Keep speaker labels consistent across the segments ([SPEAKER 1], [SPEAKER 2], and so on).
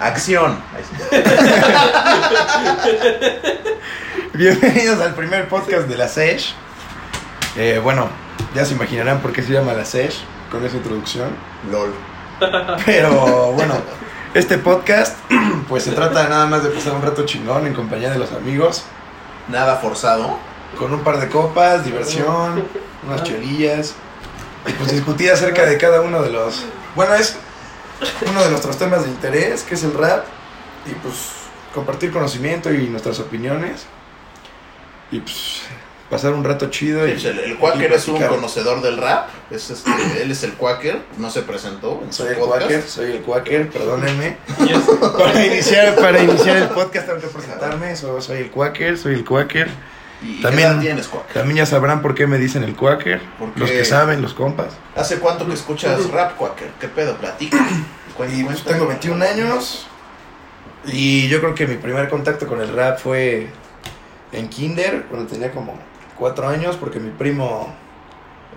[SPEAKER 1] Acción. Bienvenidos al primer podcast de la SESH. Eh, bueno, ya se imaginarán por qué se llama la SESH con esa introducción. LOL. Pero bueno, este podcast pues se trata nada más de pasar un rato chingón en compañía de los amigos,
[SPEAKER 2] Nada forzado.
[SPEAKER 1] con un par de copas, diversión, unas cholillas, y pues discutir acerca de cada uno de los... Bueno, es uno de nuestros temas de interés, que es el rap, y pues compartir conocimiento y nuestras opiniones, y pues pasar un rato chido. Y,
[SPEAKER 2] El, el
[SPEAKER 1] y
[SPEAKER 2] Quaker es un
[SPEAKER 1] platicar.
[SPEAKER 2] conocedor del rap. Es este, él es el Quaker. No se presentó en su
[SPEAKER 1] Soy el
[SPEAKER 2] podcast.
[SPEAKER 1] Quaker, soy el Quaker, perdónenme.
[SPEAKER 3] Y es-
[SPEAKER 1] Para iniciar, para iniciar el podcast tengo que presentarme, so- soy el Quaker, soy el Quaker.
[SPEAKER 2] ¿Y
[SPEAKER 1] También-
[SPEAKER 2] qué edad tienes, Quaker?
[SPEAKER 1] También ya sabrán por qué me dicen el Quaker,
[SPEAKER 2] ¿Por qué?
[SPEAKER 1] los que saben, los compas.
[SPEAKER 2] ¿Hace cuánto que escuchas rap, Quaker? ¿Qué pedo? Platica. Cuen-
[SPEAKER 1] Y pues
[SPEAKER 2] cuéntame.
[SPEAKER 1] tengo 21 años y yo creo que mi primer contacto con el rap fue en kinder, cuando tenía como 4 años, porque mi primo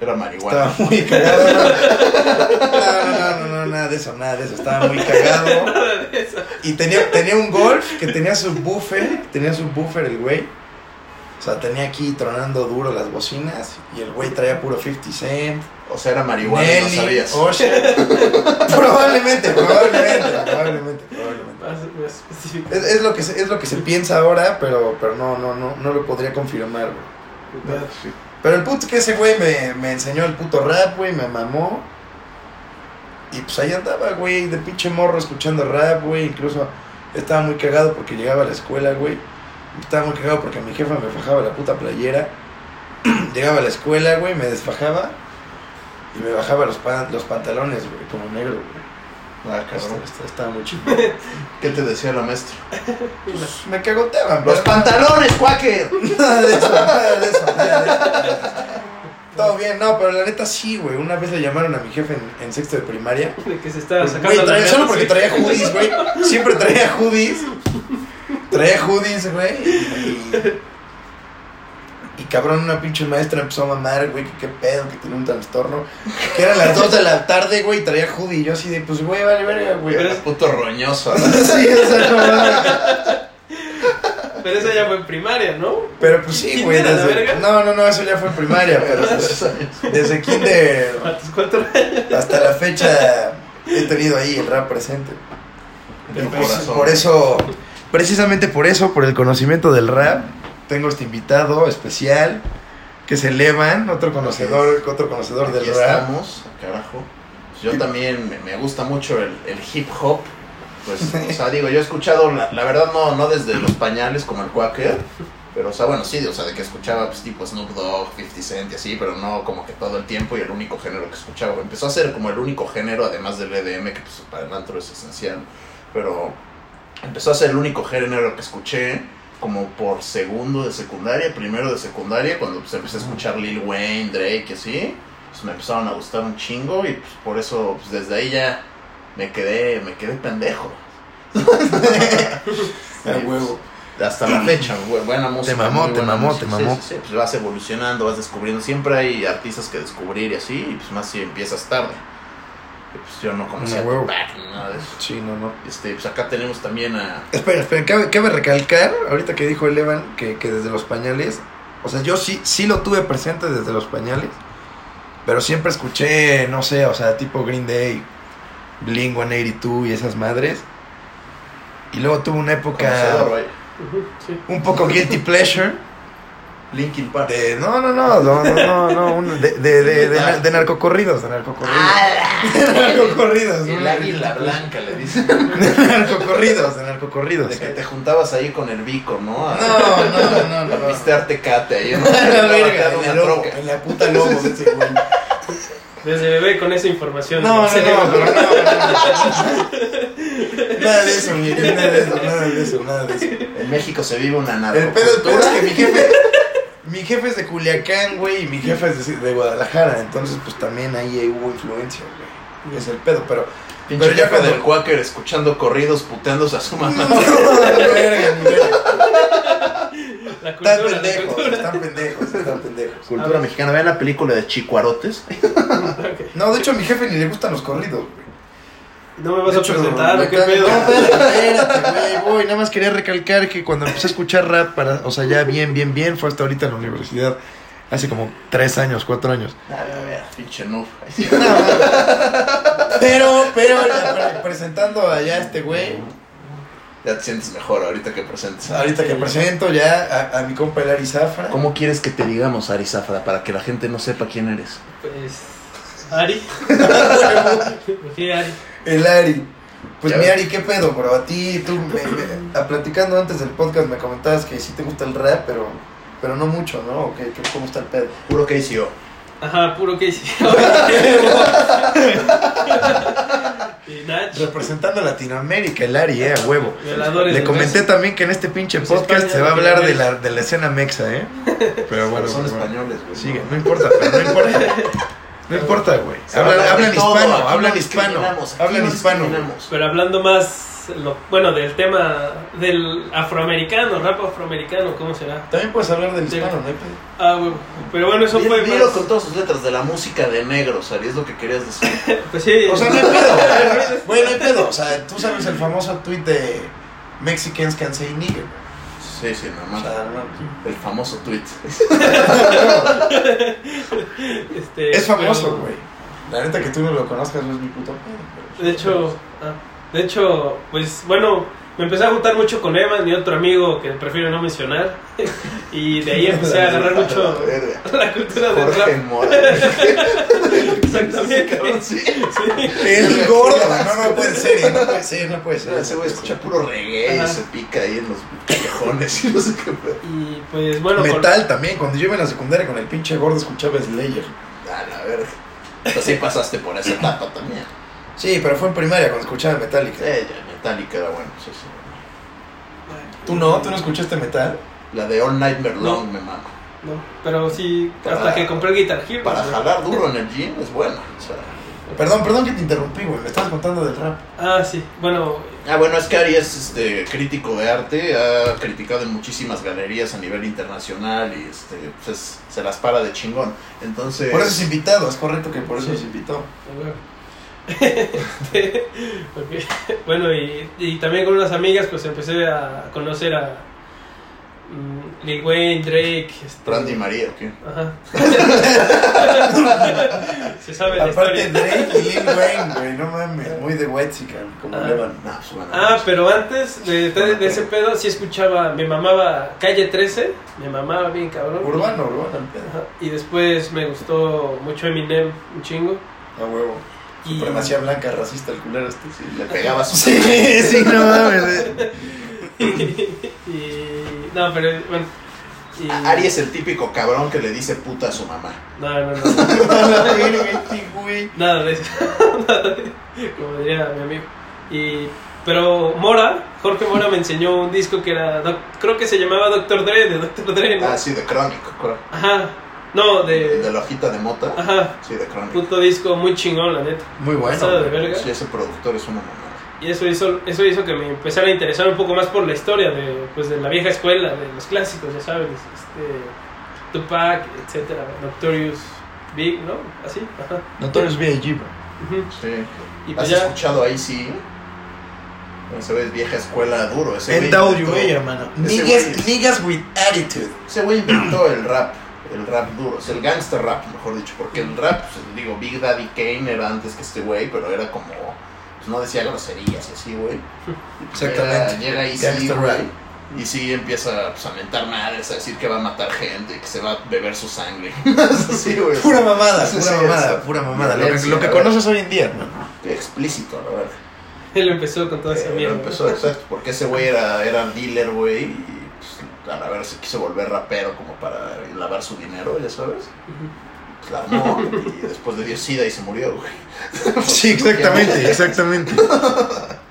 [SPEAKER 2] Era marihuana.
[SPEAKER 1] estaba muy cagado. No, no, no, no, nada de eso, nada de eso, estaba muy cagado.
[SPEAKER 3] nada de eso.
[SPEAKER 1] Y tenía, tenía un golf que tenía su buffer, tenía su buffer el güey. O sea, tenía aquí tronando duro las bocinas y el güey traía puro 50 Cent.
[SPEAKER 2] O sea, era marihuana y no
[SPEAKER 1] Nelly, Oh.
[SPEAKER 2] sabías.
[SPEAKER 1] Usher. probablemente, probablemente, probablemente, probablemente.
[SPEAKER 3] Más- más específico.
[SPEAKER 1] Es, es lo que se, es lo que se piensa ahora, pero, pero no, no, no, no lo podría confirmar, güey.
[SPEAKER 2] Sí.
[SPEAKER 1] Pero el punto es que ese güey me, me enseñó el puto rap, güey, me mamó. Y pues ahí andaba, güey, de pinche morro escuchando rap, güey. Incluso estaba muy cagado porque llegaba a la escuela, güey. Estaba muy cagado porque mi jefa me fajaba la puta playera. llegaba a la escuela, güey, me desfajaba. Y me bajaba los, pan- los pantalones, güey, como negro, güey.
[SPEAKER 2] Ah, cabrón.
[SPEAKER 1] Estaba, estaba muy chido.
[SPEAKER 2] ¿Qué te decía la maestra?
[SPEAKER 1] Pues, me cagoteaban,
[SPEAKER 2] ¡Los
[SPEAKER 1] pero-
[SPEAKER 2] pantalones, Quaker!
[SPEAKER 1] Nada de eso, nada de eso, nada de eso, nada de eso. Todo bien, no, pero la neta sí, güey. Una vez le llamaron a mi jefe en, en sexto de primaria.
[SPEAKER 3] De que se estaba sacando
[SPEAKER 1] Güey,
[SPEAKER 3] la
[SPEAKER 1] traía-
[SPEAKER 3] mierda,
[SPEAKER 1] solo porque
[SPEAKER 3] sí.
[SPEAKER 1] traía hoodies, güey. Siempre traía hoodies. Traía hoodies, güey. Y, y cabrón, una pinche maestra empezó a mamar, güey, que qué pedo, que tenía un trastorno. Que eran las 2 de la tarde, güey, y traía hoodie. Y yo así de, pues, güey, vale, verga, güey.
[SPEAKER 3] Pero es-
[SPEAKER 2] Puto roñoso. ¿no?
[SPEAKER 1] Sí, o sea, no mames.
[SPEAKER 3] Pero esa ya fue en primaria, ¿no?
[SPEAKER 1] Pero pues sí,
[SPEAKER 3] ¿Kinder
[SPEAKER 1] güey.
[SPEAKER 3] a la
[SPEAKER 1] desde-
[SPEAKER 3] verga?
[SPEAKER 1] No, no, no, eso ya fue en primaria, pero pues, desde kinder
[SPEAKER 3] A tus cuatro años.
[SPEAKER 1] hasta la fecha he tenido ahí el rap presente.
[SPEAKER 2] En
[SPEAKER 1] Y,
[SPEAKER 2] tu
[SPEAKER 1] pues,
[SPEAKER 2] corazón.
[SPEAKER 1] por eso, precisamente por eso, por el conocimiento del rap, tengo este invitado especial que es el Evan, otro conocedor, otro conocedor
[SPEAKER 2] Aquí
[SPEAKER 1] del rap.
[SPEAKER 2] estamos, carajo. Pues Yo también me, me gusta mucho el, el hip hop. Pues, o sea, digo, yo he escuchado, la, la verdad, no, no desde los pañales como el Quaker. Pero, o sea, bueno, sí, o sea, de que escuchaba pues, tipo Snoop Dogg, 50 Cent y así, pero no como que todo el tiempo y el único género que escuchaba. Empezó a ser como el único género, además del EDM, que pues, para el antro es esencial. Pero empezó a ser el único género que escuché como por segundo de secundaria, primero de secundaria, cuando pues, empecé a escuchar
[SPEAKER 1] Mm.
[SPEAKER 2] Lil Wayne, Drake y así pues me empezaron a gustar un chingo y pues, por eso pues, desde ahí ya me quedé me quedé pendejo
[SPEAKER 1] A huevo.
[SPEAKER 2] pues, hasta la fecha bu- buena música
[SPEAKER 1] mamó,
[SPEAKER 2] muy
[SPEAKER 1] te
[SPEAKER 2] buena
[SPEAKER 1] mamó,
[SPEAKER 2] música,
[SPEAKER 1] te
[SPEAKER 2] sí,
[SPEAKER 1] mamó.
[SPEAKER 2] sí, sí, pues vas evolucionando vas descubriendo siempre hay artistas que descubrir y así y pues más si empiezas tarde Y, pues yo no conocía
[SPEAKER 1] A huevo.
[SPEAKER 2] Tupac ni nada de eso
[SPEAKER 1] Sí, no, no.
[SPEAKER 2] este pues acá tenemos también a
[SPEAKER 1] Espera, espera, cabe, cabe recalcar, ahorita que dijo el Evan, que, que desde los pañales, o sea, yo sí, sí lo tuve presente desde los pañales, pero siempre escuché, no sé, o sea, tipo Green Day, Blink 182 y esas madres. Y luego tuve una
[SPEAKER 2] conocedor,
[SPEAKER 1] época
[SPEAKER 2] güey.
[SPEAKER 3] Ujú, sí.
[SPEAKER 1] un poco guilty pleasure
[SPEAKER 2] Linkin Park
[SPEAKER 1] de, no, no, no, no, no, no, no, un- de, de, de, de, nar- de narcocorridos, de narcocorridos. De narcocorridos,
[SPEAKER 2] Ah, el
[SPEAKER 1] ¿no?
[SPEAKER 2] águila blanca le dicen
[SPEAKER 1] De narcocorridos, de narcocorridos.
[SPEAKER 2] de que te juntabas ahí con el bico no A-
[SPEAKER 1] No, no, no, no. no.
[SPEAKER 2] Viste Artecate ahí, ¿no?
[SPEAKER 1] A la
[SPEAKER 2] Abarcando
[SPEAKER 1] verga, en
[SPEAKER 2] una
[SPEAKER 1] el lobo,
[SPEAKER 2] troca.
[SPEAKER 1] en la puta lobo, ese güey.
[SPEAKER 3] Desde bebé con esa información.
[SPEAKER 1] No, no, no,
[SPEAKER 3] Sí.
[SPEAKER 1] pero no, no, no. Nada de eso, mi nada de eso, nada de eso, nada de eso.
[SPEAKER 2] En México se vive una nada.
[SPEAKER 1] El pedo, el pedo es que mi jefe, mi jefe es de Culiacán, güey, y mi jefe es de, de Guadalajara, entonces pues también ahí hubo influencia, güey. Es el pedo, pero...
[SPEAKER 2] Pinche
[SPEAKER 1] Pero ya
[SPEAKER 2] jefe
[SPEAKER 1] cuando-
[SPEAKER 2] del Quaker escuchando corridos puteándose a su mamá.
[SPEAKER 1] verga, mi verga.
[SPEAKER 3] La cultura,
[SPEAKER 1] Están
[SPEAKER 3] la
[SPEAKER 1] pendejos,
[SPEAKER 3] cultura.
[SPEAKER 1] están pendejos, están pendejos.
[SPEAKER 2] Cultura mexicana, vean la película de Chicuarotes.
[SPEAKER 3] Ok.
[SPEAKER 1] No, de hecho a mi jefe ni le gustan los corridos, güey.
[SPEAKER 3] No me vas
[SPEAKER 1] De
[SPEAKER 3] a
[SPEAKER 1] hecho,
[SPEAKER 3] presentar,
[SPEAKER 1] me
[SPEAKER 3] ¿o qué
[SPEAKER 1] caga-
[SPEAKER 3] pedo?
[SPEAKER 1] No, espérate, espérate, güey, voy. Nada más quería recalcar que cuando empecé a escuchar rap, para, o sea, ya bien, bien, bien, fue hasta ahorita en la universidad. Hace como tres años, cuatro años.
[SPEAKER 2] Pinche noob.
[SPEAKER 1] Pero, pero, pre- presentando allá a este güey,
[SPEAKER 2] Ya te sientes mejor ahorita que presentes. a-
[SPEAKER 1] ahorita que presento ya a, a mi compa el Ari Zafra.
[SPEAKER 2] ¿Cómo quieres que te digamos, Ari Zafra, para que la gente no sepa quién eres?
[SPEAKER 3] Pues. Ari. Sí, Ari.
[SPEAKER 1] El Ari. Pues
[SPEAKER 2] Ya
[SPEAKER 1] mi
[SPEAKER 2] ves.
[SPEAKER 1] Ari, ¿qué pedo, bro? A ti, tú, me- me- a- platicando antes del podcast, me comentabas que sí te gusta el rap, pero, pero no mucho, ¿no? ¿O qué- qué- ¿Cómo está el pedo?
[SPEAKER 2] Puro KCO.
[SPEAKER 3] Ajá, puro Casey. y Nach.
[SPEAKER 1] Representando a Latinoamérica, el Ari, eh, a huevo.
[SPEAKER 3] Violadores
[SPEAKER 1] Le
[SPEAKER 3] de
[SPEAKER 1] comenté
[SPEAKER 3] peso.
[SPEAKER 1] también que en este pinche
[SPEAKER 3] Pues
[SPEAKER 1] podcast
[SPEAKER 3] España,
[SPEAKER 1] se va a hablar de
[SPEAKER 3] Latinoamérica.
[SPEAKER 1] la, de la escena mexa, ¿eh? Pero bueno, pues
[SPEAKER 2] son
[SPEAKER 1] bueno, bueno.
[SPEAKER 2] españoles, güey.
[SPEAKER 1] Sigue, no importa, pero no importa. No importa, güey.
[SPEAKER 2] Se va a
[SPEAKER 1] Hablan,
[SPEAKER 2] hablar de
[SPEAKER 1] hablan
[SPEAKER 2] todo,
[SPEAKER 1] hispano,
[SPEAKER 2] aquí no
[SPEAKER 1] hablan hispano.
[SPEAKER 2] discriminamos, aquí
[SPEAKER 1] Hablan
[SPEAKER 2] no
[SPEAKER 1] hispano.
[SPEAKER 2] discriminamos.
[SPEAKER 3] Pero hablando más. lo- bueno, del tema del afroamericano, rap afroamericano, ¿cómo será?
[SPEAKER 1] También puedes hablar del
[SPEAKER 3] Sí.
[SPEAKER 1] hispano, ¿no? hay pedo.
[SPEAKER 3] Ah, bueno. Pero bueno, eso
[SPEAKER 2] Di-
[SPEAKER 3] fue
[SPEAKER 2] dilo
[SPEAKER 3] más.
[SPEAKER 2] con todas sus letras de la música de negro, ¿sabes? Es lo que querías decir.
[SPEAKER 3] Pues sí.
[SPEAKER 1] O sea, no hay pedo. Güey, no hay pedo. O sea, tú sabes el famoso tweet de Mexicans can say nigger.
[SPEAKER 2] sí, sí,
[SPEAKER 1] O
[SPEAKER 2] nomás.
[SPEAKER 1] sea, no-
[SPEAKER 2] El famoso tweet.
[SPEAKER 3] este,
[SPEAKER 1] Es famoso,
[SPEAKER 3] pero-
[SPEAKER 1] güey. La neta que tú no lo conozcas no es mi puto pedo.
[SPEAKER 3] De hecho, ah, de hecho, pues bueno, me empecé a juntar mucho con Evan y otro amigo que prefiero no mencionar. y de ahí empecé a agarrar mucho la cultura del
[SPEAKER 2] Jorge
[SPEAKER 3] rap.
[SPEAKER 2] Mora.
[SPEAKER 3] Exactamente.
[SPEAKER 2] Sí.
[SPEAKER 3] Sí.
[SPEAKER 1] El gordo. No, no puede ser, ¿eh? no puede ser, no puede ser.
[SPEAKER 2] Ese güey escucha puro reggae
[SPEAKER 3] Ajá.
[SPEAKER 2] y se pica ahí en los callejones y no sé qué. pedo.
[SPEAKER 3] Y pues bueno, con-
[SPEAKER 1] Metal también, cuando yo iba en la secundaria con el pinche gordo escuchaba Slayer.
[SPEAKER 2] A la verga. Así pasaste por esa etapa también.
[SPEAKER 1] Sí, pero fue en primaria cuando escuchaba
[SPEAKER 2] Sí,
[SPEAKER 1] Metallica.
[SPEAKER 2] ya, Metallica era bueno. sí, sí.
[SPEAKER 1] ¿Tú no? ¿Tú no escuchaste metal?
[SPEAKER 2] La de All Nightmare
[SPEAKER 3] No.
[SPEAKER 2] Long me mama.
[SPEAKER 3] No, pero sí, hasta
[SPEAKER 2] Para-
[SPEAKER 3] que compré el Guitar Hero.
[SPEAKER 2] Para
[SPEAKER 3] güey.
[SPEAKER 2] jalar duro en el gym es buena. o sea.
[SPEAKER 1] Perdón, perdón que te interrumpí, güey. Me estabas contando del rap.
[SPEAKER 3] Ah, sí, bueno,
[SPEAKER 2] Ah, bueno, es que Ari es este, crítico de arte, ha criticado en muchísimas galerías a nivel internacional y este, pues, es- se las para de chingón. Entonces,
[SPEAKER 1] Por eso es invitado, es correcto que por eso
[SPEAKER 3] Sí.
[SPEAKER 1] nos invitó.
[SPEAKER 3] Ah, bueno. Este, ok. este, Bueno, y, y también con unas amigas, pues empecé a conocer a mm, Lil Wayne, Drake. Este,
[SPEAKER 2] Brandy María, ¿o qué?
[SPEAKER 3] Ajá. Se sabe la
[SPEAKER 1] Aparte
[SPEAKER 3] historia.
[SPEAKER 1] Drake y Lil Wayne, güey. No mames, muy de White Chican, como
[SPEAKER 3] Ah.
[SPEAKER 1] Levan.
[SPEAKER 2] No, pues, bueno,
[SPEAKER 3] Ah, pero antes de, de- de ese pedo, sí escuchaba, me mamaba Calle 13, me mamaba bien cabrón.
[SPEAKER 1] Urbano, urbano, el pedo.
[SPEAKER 3] Ajá. Y después me gustó mucho Eminem, un chingo.
[SPEAKER 1] A huevo.
[SPEAKER 3] Y-
[SPEAKER 1] Supremacía blanca, racista, el culero este. Sí,
[SPEAKER 2] Le pegaba su...
[SPEAKER 1] sí, no mames. eh.
[SPEAKER 3] y no, pero bueno. y-
[SPEAKER 2] A- Ari es el típico cabrón que le dice puta a su mamá.
[SPEAKER 3] No, no, no. Nada de eso. Nada de- Como diría mi amigo. Y, pero Mora, Jorge Mora me enseñó un disco que era. doc- creo que se llamaba Doctor Dre, de Doctor Dre, ¿no?
[SPEAKER 2] Ah, sí, de Crónico. creo.
[SPEAKER 3] Ajá. No,
[SPEAKER 2] El de
[SPEAKER 3] de.
[SPEAKER 2] la hojita de mota.
[SPEAKER 3] Ajá.
[SPEAKER 2] Sí, de Crónico.
[SPEAKER 3] Puto disco muy chingón, la neta.
[SPEAKER 1] Muy
[SPEAKER 3] Pasado de
[SPEAKER 1] bueno.
[SPEAKER 3] verga.
[SPEAKER 2] Sí, ese productor es una mamá.
[SPEAKER 3] Y eso hizo, eso hizo que me empezara a interesar un poco más por la historia de, pues, de la vieja escuela, de los clásicos, ya sabes. Este, Tupac, etcétera. Notorious Big, ¿no? Así. Ajá.
[SPEAKER 1] Notorious B.I.G., bro.
[SPEAKER 3] Ujú.
[SPEAKER 2] Sí.
[SPEAKER 3] Y pues
[SPEAKER 2] ¿Has
[SPEAKER 3] ya.
[SPEAKER 2] escuchado ahí sí? Ese güey es vieja escuela duro. Ese güey inventó-
[SPEAKER 1] NWA, hermano.
[SPEAKER 2] Ese
[SPEAKER 1] Niggas,
[SPEAKER 2] güey-
[SPEAKER 1] niggas with attitude.
[SPEAKER 2] Ese güey inventó el rap, el rap duro, o sea, el gangster rap, mejor dicho, porque el rap, pues, digo, Big Daddy Kane era antes que este güey, pero era como, pues no decía groserías y así, güey. Era- Llega ahí sí,
[SPEAKER 1] Gangster rap.
[SPEAKER 2] güey. Y sí empieza pues, a mentar madres, a decir que va a matar gente, que se va a beber su sangre. sí, güey.
[SPEAKER 1] Pura mamada,
[SPEAKER 2] Sí,
[SPEAKER 1] pura
[SPEAKER 2] sí,
[SPEAKER 1] mamada,
[SPEAKER 2] eso.
[SPEAKER 1] pura mamada. Lo que,
[SPEAKER 2] Violencia,
[SPEAKER 1] lo que
[SPEAKER 2] a ver.
[SPEAKER 1] conoces hoy en día, hermano.
[SPEAKER 2] Explícito, la verdad.
[SPEAKER 3] Él empezó con toda esa
[SPEAKER 2] Eh,
[SPEAKER 3] mierda.
[SPEAKER 2] empezó, exacto, porque ese güey era, era dealer, güey, y pues, a la verdad se quiso volver rapero como para lavar su dinero, ya sabes.
[SPEAKER 3] Ujú.
[SPEAKER 2] Pues, la armó y después le dio sida y se murió, güey.
[SPEAKER 1] Sí, exactamente, exactamente.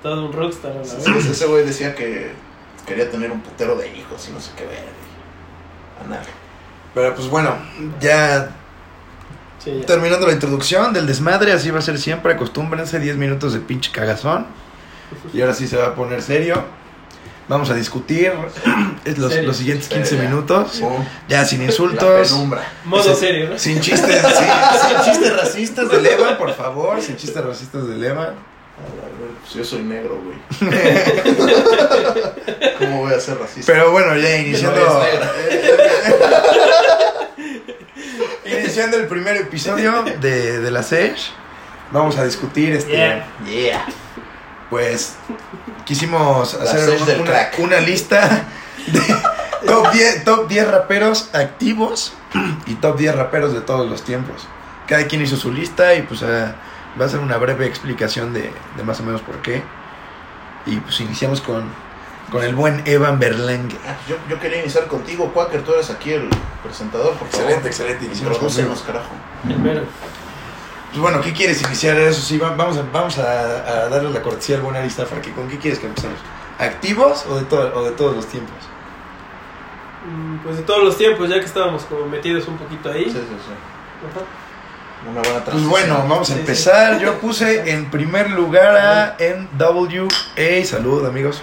[SPEAKER 3] Todo un rockstar, la verdad.
[SPEAKER 2] Entonces, ese güey decía que quería tener un putero de hijos y no sé qué ver. y- Anal.
[SPEAKER 1] Pero pues bueno, ya
[SPEAKER 3] Sí, ya.
[SPEAKER 1] terminando la introducción del desmadre, así va a ser siempre. Acostúmbrense 10 minutos de pinche cagazón. Y ahora sí se va a poner serio. Vamos a discutir es los,
[SPEAKER 3] Serio.
[SPEAKER 1] los siguientes 15
[SPEAKER 2] Serio, ya.
[SPEAKER 1] minutos.
[SPEAKER 2] Pum,
[SPEAKER 1] Ya sin
[SPEAKER 2] La
[SPEAKER 1] insultos.
[SPEAKER 2] penumbra.
[SPEAKER 3] Modo
[SPEAKER 1] Ese-
[SPEAKER 3] serio, ¿no?
[SPEAKER 1] Sin chistes, sí, sin chistes racistas de Leva, por favor. Sin chistes racistas de Leva.
[SPEAKER 2] A ver, pues yo soy negro, güey. ¿Cómo voy a ser racista?
[SPEAKER 1] Pero bueno, ya
[SPEAKER 2] No
[SPEAKER 1] iniciando.
[SPEAKER 2] eres negra.
[SPEAKER 1] iniciando el primer episodio de, de la Sage, vamos a discutir este.
[SPEAKER 3] Yeah.
[SPEAKER 2] Yeah.
[SPEAKER 1] Pues quisimos
[SPEAKER 2] La
[SPEAKER 1] hacer
[SPEAKER 2] Sage del
[SPEAKER 1] una,
[SPEAKER 2] crack.
[SPEAKER 1] una lista de top 10, top 10 raperos activos y top 10 raperos de todos los tiempos. Cada quien hizo su lista y pues ah, va a ser una breve explicación de, de más o menos por qué. Y pues iniciamos con, con el buen Evan Berlangue.
[SPEAKER 2] Ah, pues Yo, yo quería iniciar contigo, Quaker. Tú eres aquí el presentador, por favor.
[SPEAKER 1] excelente.
[SPEAKER 2] Introdúcenos, carajo.
[SPEAKER 3] Primero.
[SPEAKER 1] Pues bueno, ¿qué quieres iniciar? Eso sí, va- vamos, a, vamos a, a darle la cortesía al buen Arista Frankie. ¿Con qué quieres que empecemos? ¿Activos o de, to- o de todos los tiempos?
[SPEAKER 3] Mm, Pues de todos los tiempos, ya que estábamos como metidos un poquito ahí.
[SPEAKER 2] Sí, sí, sí.
[SPEAKER 3] Ajá.
[SPEAKER 2] Una buena
[SPEAKER 1] Pues
[SPEAKER 2] transición.
[SPEAKER 1] bueno, vamos a
[SPEAKER 3] Sí, sí.
[SPEAKER 1] empezar. Yo puse en primer lugar a NWA. Salud, amigos.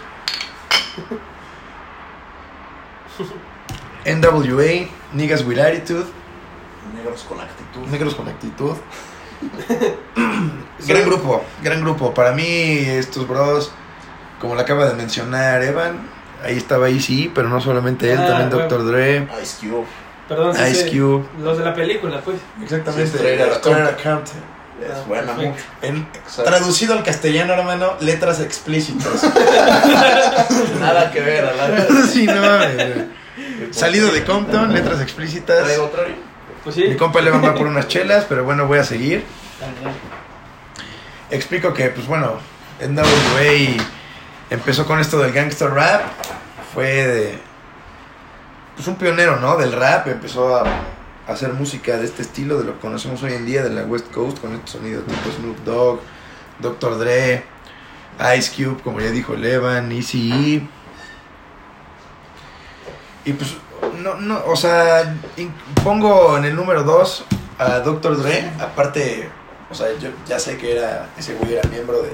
[SPEAKER 1] NWA, Niggas with Attitude,
[SPEAKER 2] Negros con actitud.
[SPEAKER 1] Negros con Actitud. gran grupo, gran grupo. Para mí, estos bros, como lo acaba de mencionar Evan, ahí estaba Easy, pero no solamente él,
[SPEAKER 3] Ah,
[SPEAKER 1] también
[SPEAKER 3] bueno.
[SPEAKER 1] Dr. Dre,
[SPEAKER 2] Ice Cube.
[SPEAKER 3] Perdón, sí,
[SPEAKER 1] Ice
[SPEAKER 3] sí.
[SPEAKER 1] Cube. este,
[SPEAKER 3] Los de la película, pues.
[SPEAKER 2] Sí, Straight Outta
[SPEAKER 1] Straight Outta Compton.
[SPEAKER 2] Es
[SPEAKER 3] Ah,
[SPEAKER 2] buena,
[SPEAKER 3] perfecto.
[SPEAKER 2] mucho.
[SPEAKER 1] En-
[SPEAKER 2] Exacto.
[SPEAKER 1] Traducido al castellano, hermano, letras explícitas.
[SPEAKER 2] Nada que ver, a la
[SPEAKER 1] Sí, no mames, güey. Salido de Compton, letras
[SPEAKER 2] ¿Traigo
[SPEAKER 1] explícitas.
[SPEAKER 2] otra? Ari?
[SPEAKER 3] Pues
[SPEAKER 1] Mi
[SPEAKER 3] sí. Ah,
[SPEAKER 1] compa le va a mandar por unas chelas, pero bueno, voy a seguir.
[SPEAKER 3] Dale, dale.
[SPEAKER 1] Explico que, pues bueno, NWA empezó con esto del gangster rap. Fue de. Pues un pionero, ¿no? Del rap. Empezó a a hacer música de este estilo, de lo que conocemos hoy en día, de la West Coast, con estos sonidos tipo Snoop Dogg, Dr. Dre, Ice Cube, como ya dijo Levan, Easy Y pues, no, no, o sea, in- pongo en el número 2 a Dr. Dre, aparte, o sea, yo ya sé que era, ese güey era miembro de,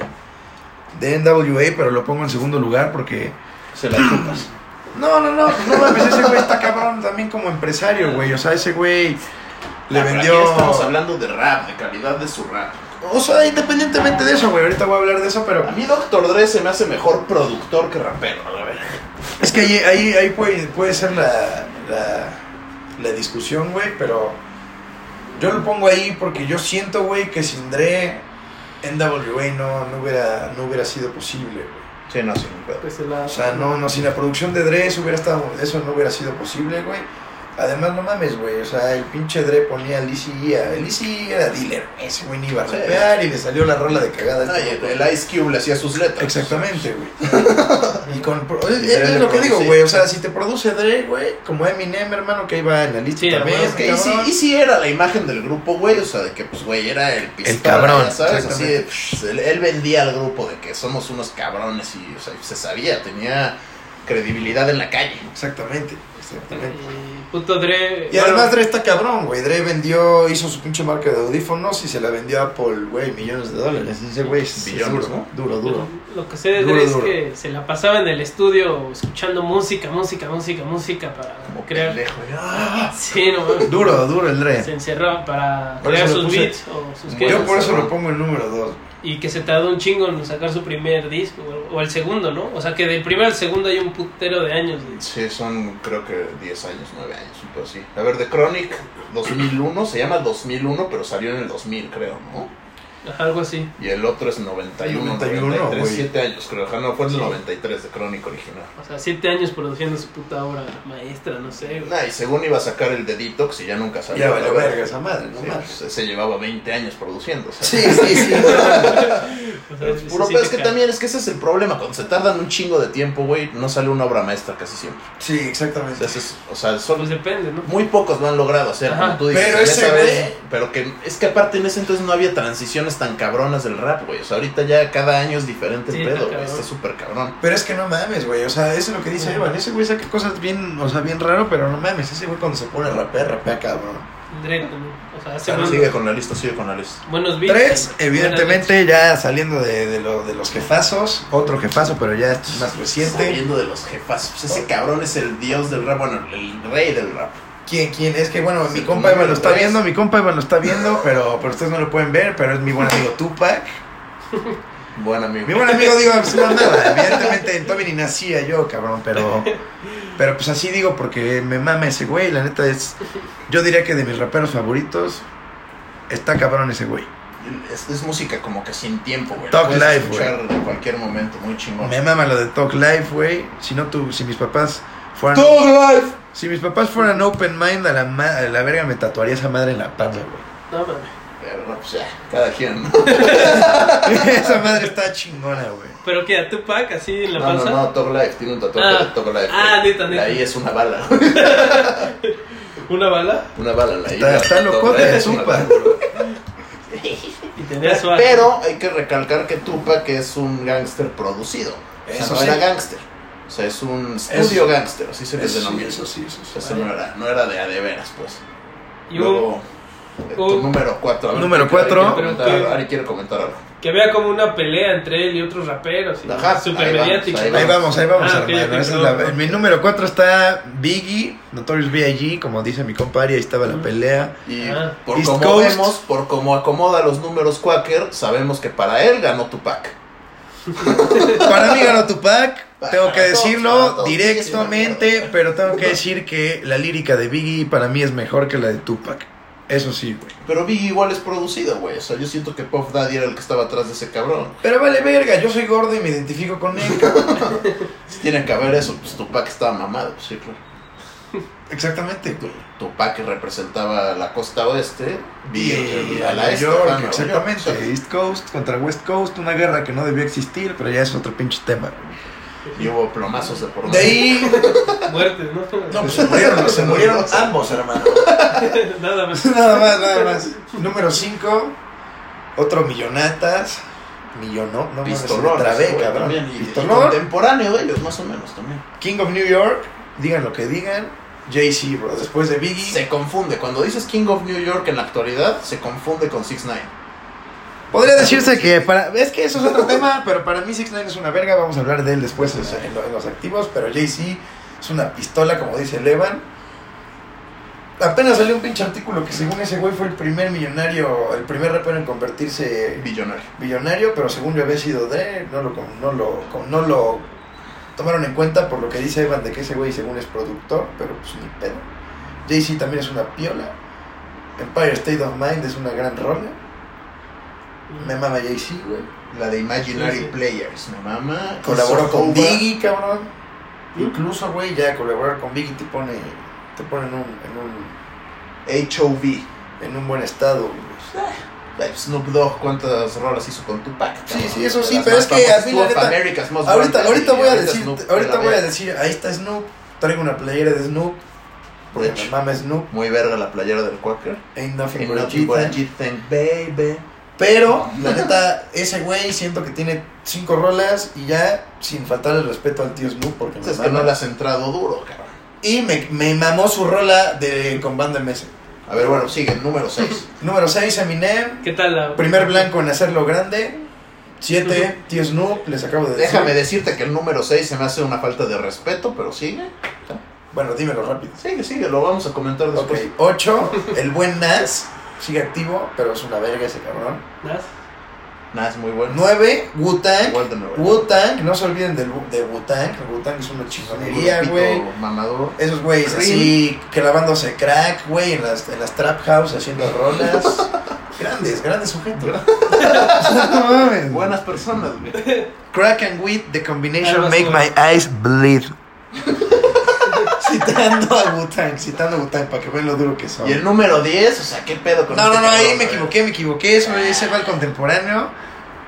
[SPEAKER 1] de NWA, pero lo pongo en segundo lugar porque...
[SPEAKER 2] Se la chupas.
[SPEAKER 1] No, no, no, no mames, ese güey está cabrón también como empresario, güey, o sea, ese güey le
[SPEAKER 2] Ah, pero
[SPEAKER 1] vendió...
[SPEAKER 2] Aquí estamos hablando de rap, de calidad de su rap.
[SPEAKER 1] O sea, independientemente de eso, güey, ahorita voy a hablar de eso, pero...
[SPEAKER 2] A mí Doctor Dre se me hace mejor productor que rapero, a la verdad.
[SPEAKER 1] Es que ahí, ahí, ahí puede, puede ser la, la, la discusión, güey, pero yo lo pongo ahí porque yo siento, güey, que sin Dre, NWA no, no, hubiera, no hubiera sido posible, güey.
[SPEAKER 2] Sí, no, sí, no
[SPEAKER 3] Pues se la...
[SPEAKER 1] O sea, no, no, sin la producción de Dre eso, hubiera estado, eso no hubiera sido posible, güey. Además, no mames, güey, o sea, el pinche Dre ponía al Eazy-E a El Eazy-E era dealer, güey, ese güey ni iba a
[SPEAKER 2] Sí.
[SPEAKER 1] rapear y le salió la rola de cagada. a este
[SPEAKER 2] el,
[SPEAKER 1] güey.
[SPEAKER 2] el Ice Cube le hacía sus letras.
[SPEAKER 1] Exactamente, güey. y con, pro- es,
[SPEAKER 2] Y Dre
[SPEAKER 1] es
[SPEAKER 2] le
[SPEAKER 1] lo que
[SPEAKER 2] produce.
[SPEAKER 1] digo, güey. O sea, si te produce Dre, güey, como Eminem, hermano, que iba en la lista
[SPEAKER 3] Sí,
[SPEAKER 1] también.
[SPEAKER 3] hermano,
[SPEAKER 2] Es que
[SPEAKER 1] cabrón.
[SPEAKER 2] Easy, Easy era la imagen del grupo, güey. O sea, de que, pues, güey, era el pistola,
[SPEAKER 1] cabrón,
[SPEAKER 2] ya ¿sabes? Así de,
[SPEAKER 1] exactamente.
[SPEAKER 2] psh, él, él vendía al grupo de que somos unos cabrones y, o sea, se sabía, tenía credibilidad en la calle.
[SPEAKER 1] Exactamente, exactamente.
[SPEAKER 3] Y puto Dre.
[SPEAKER 1] Y además Dre está cabrón, güey. Dre vendió, hizo su pinche marca de audífonos y se la vendió a Apple, güey, millones de dólares. Ese güey es, es
[SPEAKER 2] Billones,
[SPEAKER 1] duro, ¿no? Duro, duro.
[SPEAKER 3] Lo, lo que sé de Dre
[SPEAKER 1] Duro,
[SPEAKER 3] es
[SPEAKER 1] duro.
[SPEAKER 3] que se la pasaba en el estudio escuchando música, música, música, música para
[SPEAKER 2] Como
[SPEAKER 3] crear.
[SPEAKER 2] pendejo, güey. ¡Ah!
[SPEAKER 3] Sí, no mames.
[SPEAKER 1] Duro, duro el
[SPEAKER 3] Se
[SPEAKER 1] Dre.
[SPEAKER 3] encerraba para
[SPEAKER 1] Por
[SPEAKER 3] crear
[SPEAKER 1] eso lo
[SPEAKER 3] sus
[SPEAKER 1] puse.
[SPEAKER 3] beats o sus
[SPEAKER 2] Yo
[SPEAKER 3] que
[SPEAKER 1] Yo por eso
[SPEAKER 2] cabrón.
[SPEAKER 1] lo pongo el número 2.
[SPEAKER 3] Y que se tardó un chingo en sacar su primer disco o, o el segundo, ¿no? O sea que del primero al segundo hay un putero de años. de-
[SPEAKER 2] Sí, son creo que 10 años, 9 años, un poco así. A ver, The Chronic 2001, se llama 2001, pero salió en el 2000, creo, ¿no?
[SPEAKER 3] Ajá, algo así.
[SPEAKER 2] Y el otro es 91,
[SPEAKER 1] 91,
[SPEAKER 2] 93,
[SPEAKER 1] güey.
[SPEAKER 2] 7 años, creo. Ajá, No, fue en el
[SPEAKER 3] Sí.
[SPEAKER 2] 93 de Chronic original.
[SPEAKER 3] O sea, siete años produciendo su puta obra maestra, no sé. güey.
[SPEAKER 2] Nah, Ah, y según iba a sacar el de Detox y ya nunca salió.
[SPEAKER 1] Ya vale
[SPEAKER 2] la
[SPEAKER 1] verga esa madre, no
[SPEAKER 2] Sí,
[SPEAKER 1] mames.
[SPEAKER 2] pues, se llevaba 20 años produciendo. o sea.
[SPEAKER 1] Sí, sí, sí.
[SPEAKER 3] O sea,
[SPEAKER 2] Pero,
[SPEAKER 3] sí,
[SPEAKER 2] puro
[SPEAKER 3] sí
[SPEAKER 2] pedo,
[SPEAKER 3] te
[SPEAKER 2] es que
[SPEAKER 3] cae.
[SPEAKER 2] también es que ese es el problema. Cuando se tardan un chingo de tiempo, güey, no sale una obra maestra casi siempre.
[SPEAKER 1] Sí,
[SPEAKER 2] O sea,
[SPEAKER 1] exactamente.
[SPEAKER 2] ese es- o sea
[SPEAKER 3] Pues
[SPEAKER 2] son,
[SPEAKER 3] depende, ¿no?
[SPEAKER 2] muy pocos lo han logrado hacer.
[SPEAKER 3] Ajá.
[SPEAKER 2] como tú dices,
[SPEAKER 1] Pero
[SPEAKER 2] en
[SPEAKER 1] ese
[SPEAKER 2] esa vez,
[SPEAKER 1] güey-
[SPEAKER 2] pero que es que aparte en ese entonces no había transiciones tan cabronas del rap, güey. O sea, ahorita ya cada año es diferente
[SPEAKER 3] Sí,
[SPEAKER 2] el
[SPEAKER 3] está
[SPEAKER 2] pedo, güey.
[SPEAKER 3] cabrón.
[SPEAKER 2] Está súper cabrón.
[SPEAKER 1] Pero es que no mames, güey. O sea, eso es lo que dice
[SPEAKER 3] Ajá.
[SPEAKER 1] Evan. Ese güey saca cosas bien, o sea, bien raro, pero no mames. Ese güey cuando se pone a rapear, rapea cabrón.
[SPEAKER 3] Dre también. O sea, hace
[SPEAKER 2] Claro,
[SPEAKER 3] buen-
[SPEAKER 2] sigue con la lista, sigue con la lista.
[SPEAKER 3] buenos beats.
[SPEAKER 1] Tres,
[SPEAKER 3] buenas
[SPEAKER 1] evidentemente, ya saliendo de, de, lo- de los jefazos. Otro jefazo, pero ya este es más reciente.
[SPEAKER 2] Saliendo de los jefas. Pues ese cabrón es el dios del rap, bueno, el rey del rap.
[SPEAKER 1] ¿Quién, quién? Es que, bueno, mi
[SPEAKER 2] Sí,
[SPEAKER 1] compa Evan
[SPEAKER 2] número
[SPEAKER 1] lo está
[SPEAKER 2] tres.
[SPEAKER 1] viendo, mi compa Evan lo está viendo, pero, pero ustedes no lo pueden ver, pero es mi buen amigo Tupac.
[SPEAKER 2] Buen amigo.
[SPEAKER 1] Mi buen amigo digo, pues no nada, evidentemente todavía ni nacía yo, cabrón, pero pero pues así digo porque me mama ese güey, la neta es yo diría que de mis raperos favoritos está cabrón ese güey.
[SPEAKER 2] Es, es música como que sin tiempo, güey.
[SPEAKER 1] Talk
[SPEAKER 2] Puedes
[SPEAKER 1] live,
[SPEAKER 2] escuchar en cualquier momento, muy chingón.
[SPEAKER 1] Me mama lo de Talk Life, güey. Si no tú, si mis papás fueran
[SPEAKER 2] Talk live.
[SPEAKER 1] si mis papás fueran open mind a la, ma- a la verga me tatuaría esa madre en la panza, güey.
[SPEAKER 3] No mames.
[SPEAKER 2] Pero no, pues ya, cada quien. ¿no?
[SPEAKER 1] esa madre está chingona, güey.
[SPEAKER 3] Pero que a Tupac así en la
[SPEAKER 2] No, no,
[SPEAKER 3] panza.
[SPEAKER 2] no, Top Life, tiene un tatuaje
[SPEAKER 3] Ah.
[SPEAKER 2] de Top Life.
[SPEAKER 3] Ah,
[SPEAKER 2] güey.
[SPEAKER 3] neta,
[SPEAKER 2] La
[SPEAKER 3] neta.
[SPEAKER 2] I es una bala,
[SPEAKER 3] Una bala
[SPEAKER 2] una bala la I.
[SPEAKER 1] Está- está
[SPEAKER 2] Top
[SPEAKER 1] locote,
[SPEAKER 2] Life es una
[SPEAKER 1] Tupac.
[SPEAKER 2] bala, güey.
[SPEAKER 3] y tenía su arma.
[SPEAKER 2] Pero hay que recalcar que Tupac es un gángster producido. O sea,
[SPEAKER 1] Eso
[SPEAKER 2] no
[SPEAKER 1] sí.
[SPEAKER 2] era gángster. O sea, es un estudio gángster, así se les
[SPEAKER 1] Eso sí,
[SPEAKER 2] denomina.
[SPEAKER 1] eso sí, eso sí.
[SPEAKER 2] O sea, no era, no era de a de veras, pues.
[SPEAKER 3] Y un-
[SPEAKER 2] Luego, eh, tu
[SPEAKER 3] un-
[SPEAKER 2] número 4.
[SPEAKER 1] Número cuatro.
[SPEAKER 2] Ari quiere comentar,
[SPEAKER 3] Pero, ¿qué?
[SPEAKER 2] Ari quiere comentar algo.
[SPEAKER 3] que había como una pelea entre él y otros raperos. Y
[SPEAKER 2] Ajá,
[SPEAKER 3] super
[SPEAKER 2] ahí vamos,
[SPEAKER 3] mediático.
[SPEAKER 2] ahí
[SPEAKER 1] Ahí vamos, ahí vamos,
[SPEAKER 3] Ah, ok,
[SPEAKER 1] hermano.
[SPEAKER 3] ok,
[SPEAKER 1] Esa es
[SPEAKER 3] perdón,
[SPEAKER 1] la-
[SPEAKER 3] perdón.
[SPEAKER 1] Mi número 4 está Biggie, Notorious B.I.G., como dice mi compadre, ahí estaba la
[SPEAKER 3] Ujú.
[SPEAKER 1] pelea.
[SPEAKER 2] Y
[SPEAKER 3] Ah.
[SPEAKER 2] por
[SPEAKER 1] East
[SPEAKER 2] como
[SPEAKER 1] Coast.
[SPEAKER 2] vemos, por como acomoda los números Quaker, sabemos que para él ganó Tupac.
[SPEAKER 1] Para mí ganó Tupac, tengo que
[SPEAKER 2] Para todos, para
[SPEAKER 1] decirlo
[SPEAKER 2] todos. Sí,
[SPEAKER 1] directamente,
[SPEAKER 2] sí,
[SPEAKER 1] pero tengo que decir que la lírica de Biggie para mí es mejor que la de Tupac. Eso sí, güey.
[SPEAKER 2] Pero Biggie igual es producido, güey. O sea, yo siento que Puff Daddy era el que estaba atrás de ese cabrón.
[SPEAKER 1] Pero vale verga, yo soy gordo y me identifico con él. cabrón.
[SPEAKER 2] Si tiene que haber eso, pues Tupac estaba mamado, pues, sí, claro.
[SPEAKER 1] Exactamente, güey.
[SPEAKER 2] Tu- Tupac representaba la costa oeste, Biggie
[SPEAKER 1] Y
[SPEAKER 2] a
[SPEAKER 1] a
[SPEAKER 2] la
[SPEAKER 1] Nueva
[SPEAKER 2] este.
[SPEAKER 1] York,
[SPEAKER 2] ajá, Nueva
[SPEAKER 1] exactamente.
[SPEAKER 2] York,
[SPEAKER 1] East Coast contra West Coast, una guerra que no debió existir, pero ya es otro pinche tema.
[SPEAKER 2] o sea, y hubo plomazos de por
[SPEAKER 1] De
[SPEAKER 2] medio.
[SPEAKER 1] ahí
[SPEAKER 3] Muertes, ¿no?
[SPEAKER 1] No, pues se murieron, se murieron ambos, hermano.
[SPEAKER 3] Nada más.
[SPEAKER 1] Nada más, nada más. Número 5, otro millonatas. Millonó, no mames, se me
[SPEAKER 2] Pistolón,
[SPEAKER 1] trabé,
[SPEAKER 2] güey,
[SPEAKER 1] cabrón.
[SPEAKER 2] también, y- y
[SPEAKER 1] Pistolón.
[SPEAKER 2] contemporáneo de ellos, más o menos también.
[SPEAKER 1] King of New York, digan lo que digan. Jay-Z, bro, después de Biggie.
[SPEAKER 2] Se confunde. Cuando dices King of New York en la actualidad, se confunde con 6 9
[SPEAKER 1] Podría decirse que para. Es que eso es otro tema, pero para mí 6 9 es una verga. Vamos a hablar de él después en, en lo- en los activos. Pero Jay-Z es una pistola, como dice Levan. Apenas salió un pinche artículo que, según ese güey, fue el primer millonario, el primer rapero en convertirse
[SPEAKER 2] Billonario.
[SPEAKER 1] billonario, pero según yo había sido Dre, no lo, no lo, no lo tomaron en cuenta por lo que dice Evan de que ese güey según es productor, pero pues ni pedo. Jay-Z también es una piola. Empire State of Mind es una gran rola. Me mama Jay-Z, güey.
[SPEAKER 2] La de Imaginary
[SPEAKER 3] Sí, sí.
[SPEAKER 2] Players, mi mamá.
[SPEAKER 1] Colaboró
[SPEAKER 2] hizo
[SPEAKER 1] con
[SPEAKER 2] Cuba.
[SPEAKER 1] Biggie, cabrón.
[SPEAKER 3] ¿Mm?
[SPEAKER 1] Incluso, güey, ya colaborar con Biggie te pone, te pone en, un, en, un,
[SPEAKER 2] H.O.V.
[SPEAKER 1] en un buen estado, güey.
[SPEAKER 2] Like Pues, Snoop Dogg, cuántas rolas hizo con Tupac.
[SPEAKER 1] Sí,
[SPEAKER 2] cabrón?
[SPEAKER 1] sí, eso
[SPEAKER 2] De
[SPEAKER 1] sí,
[SPEAKER 2] las
[SPEAKER 1] pero
[SPEAKER 2] más
[SPEAKER 1] es que,
[SPEAKER 2] famosas,
[SPEAKER 1] al fin, la
[SPEAKER 2] Two of
[SPEAKER 1] neta,
[SPEAKER 2] America's Most
[SPEAKER 1] Ahorita,
[SPEAKER 2] Wanted,
[SPEAKER 1] ahorita
[SPEAKER 2] y
[SPEAKER 1] voy a decir,
[SPEAKER 2] Snoop de
[SPEAKER 1] ahorita
[SPEAKER 2] la
[SPEAKER 1] voy a
[SPEAKER 2] verga.
[SPEAKER 1] decir, ahí está Snoop, traigo una playera de Snoop, porque
[SPEAKER 2] De
[SPEAKER 1] me
[SPEAKER 2] hecho.
[SPEAKER 1] mama Snoop,
[SPEAKER 2] Muy verga la playera del Quaker.
[SPEAKER 1] ain't nothing
[SPEAKER 2] Ain't
[SPEAKER 1] but a
[SPEAKER 2] nothing but a
[SPEAKER 1] G-Thing.
[SPEAKER 2] G thing, baby.
[SPEAKER 1] Pero, la neta, ese güey siento que tiene cinco rolas y ya, sin faltar el respeto al tío Snoop, porque me
[SPEAKER 2] Es que
[SPEAKER 1] mama.
[SPEAKER 2] no le has entrado duro, cabrón.
[SPEAKER 1] Y me, me mamó su rola de con banda MS.
[SPEAKER 2] A ver, bueno, sigue, número 6.
[SPEAKER 1] Número 6, Eminem,
[SPEAKER 3] ¿Qué tal la.?
[SPEAKER 1] primer blanco en hacerlo grande. 7, tío Snoop, les acabo de decir.
[SPEAKER 2] Déjame decirte que el número 6 se me hace una falta de respeto, pero sigue.
[SPEAKER 1] Bueno, dímelo rápido.
[SPEAKER 2] Sigue, sigue, lo vamos a comentar
[SPEAKER 1] Ok,
[SPEAKER 2] después.
[SPEAKER 1] 8, el buen Nas, sigue activo, pero es una verga ese cabrón.
[SPEAKER 3] Nas.
[SPEAKER 2] Nada, es muy bueno.
[SPEAKER 1] 9, Wu-Tang.
[SPEAKER 2] Igual de Nueva York.
[SPEAKER 1] Wu-Tang, no se olviden del, de Wu-Tang. El Wu-Tang es una chingonería,
[SPEAKER 2] Grupito
[SPEAKER 1] güey.
[SPEAKER 2] Mamador.
[SPEAKER 1] Esos güeyes
[SPEAKER 2] Cream.
[SPEAKER 1] así, clavándose crack, güey, en las, en las trap house haciendo rolas. grandes, grandes sujetos. no mames.
[SPEAKER 2] Buenas personas, güey.
[SPEAKER 1] Crack and weed, the combination
[SPEAKER 3] Algo
[SPEAKER 1] make
[SPEAKER 3] así.
[SPEAKER 1] my eyes bleed. citando a Wu-Tang, citando a Wu-Tang para que vean lo duro que son.
[SPEAKER 2] Y el número 10, o sea, qué pedo con
[SPEAKER 1] No,
[SPEAKER 2] este
[SPEAKER 1] no, no, ahí
[SPEAKER 2] cabrón,
[SPEAKER 1] me
[SPEAKER 2] güey?
[SPEAKER 1] equivoqué, me equivoqué. Eso, ese va al contemporáneo.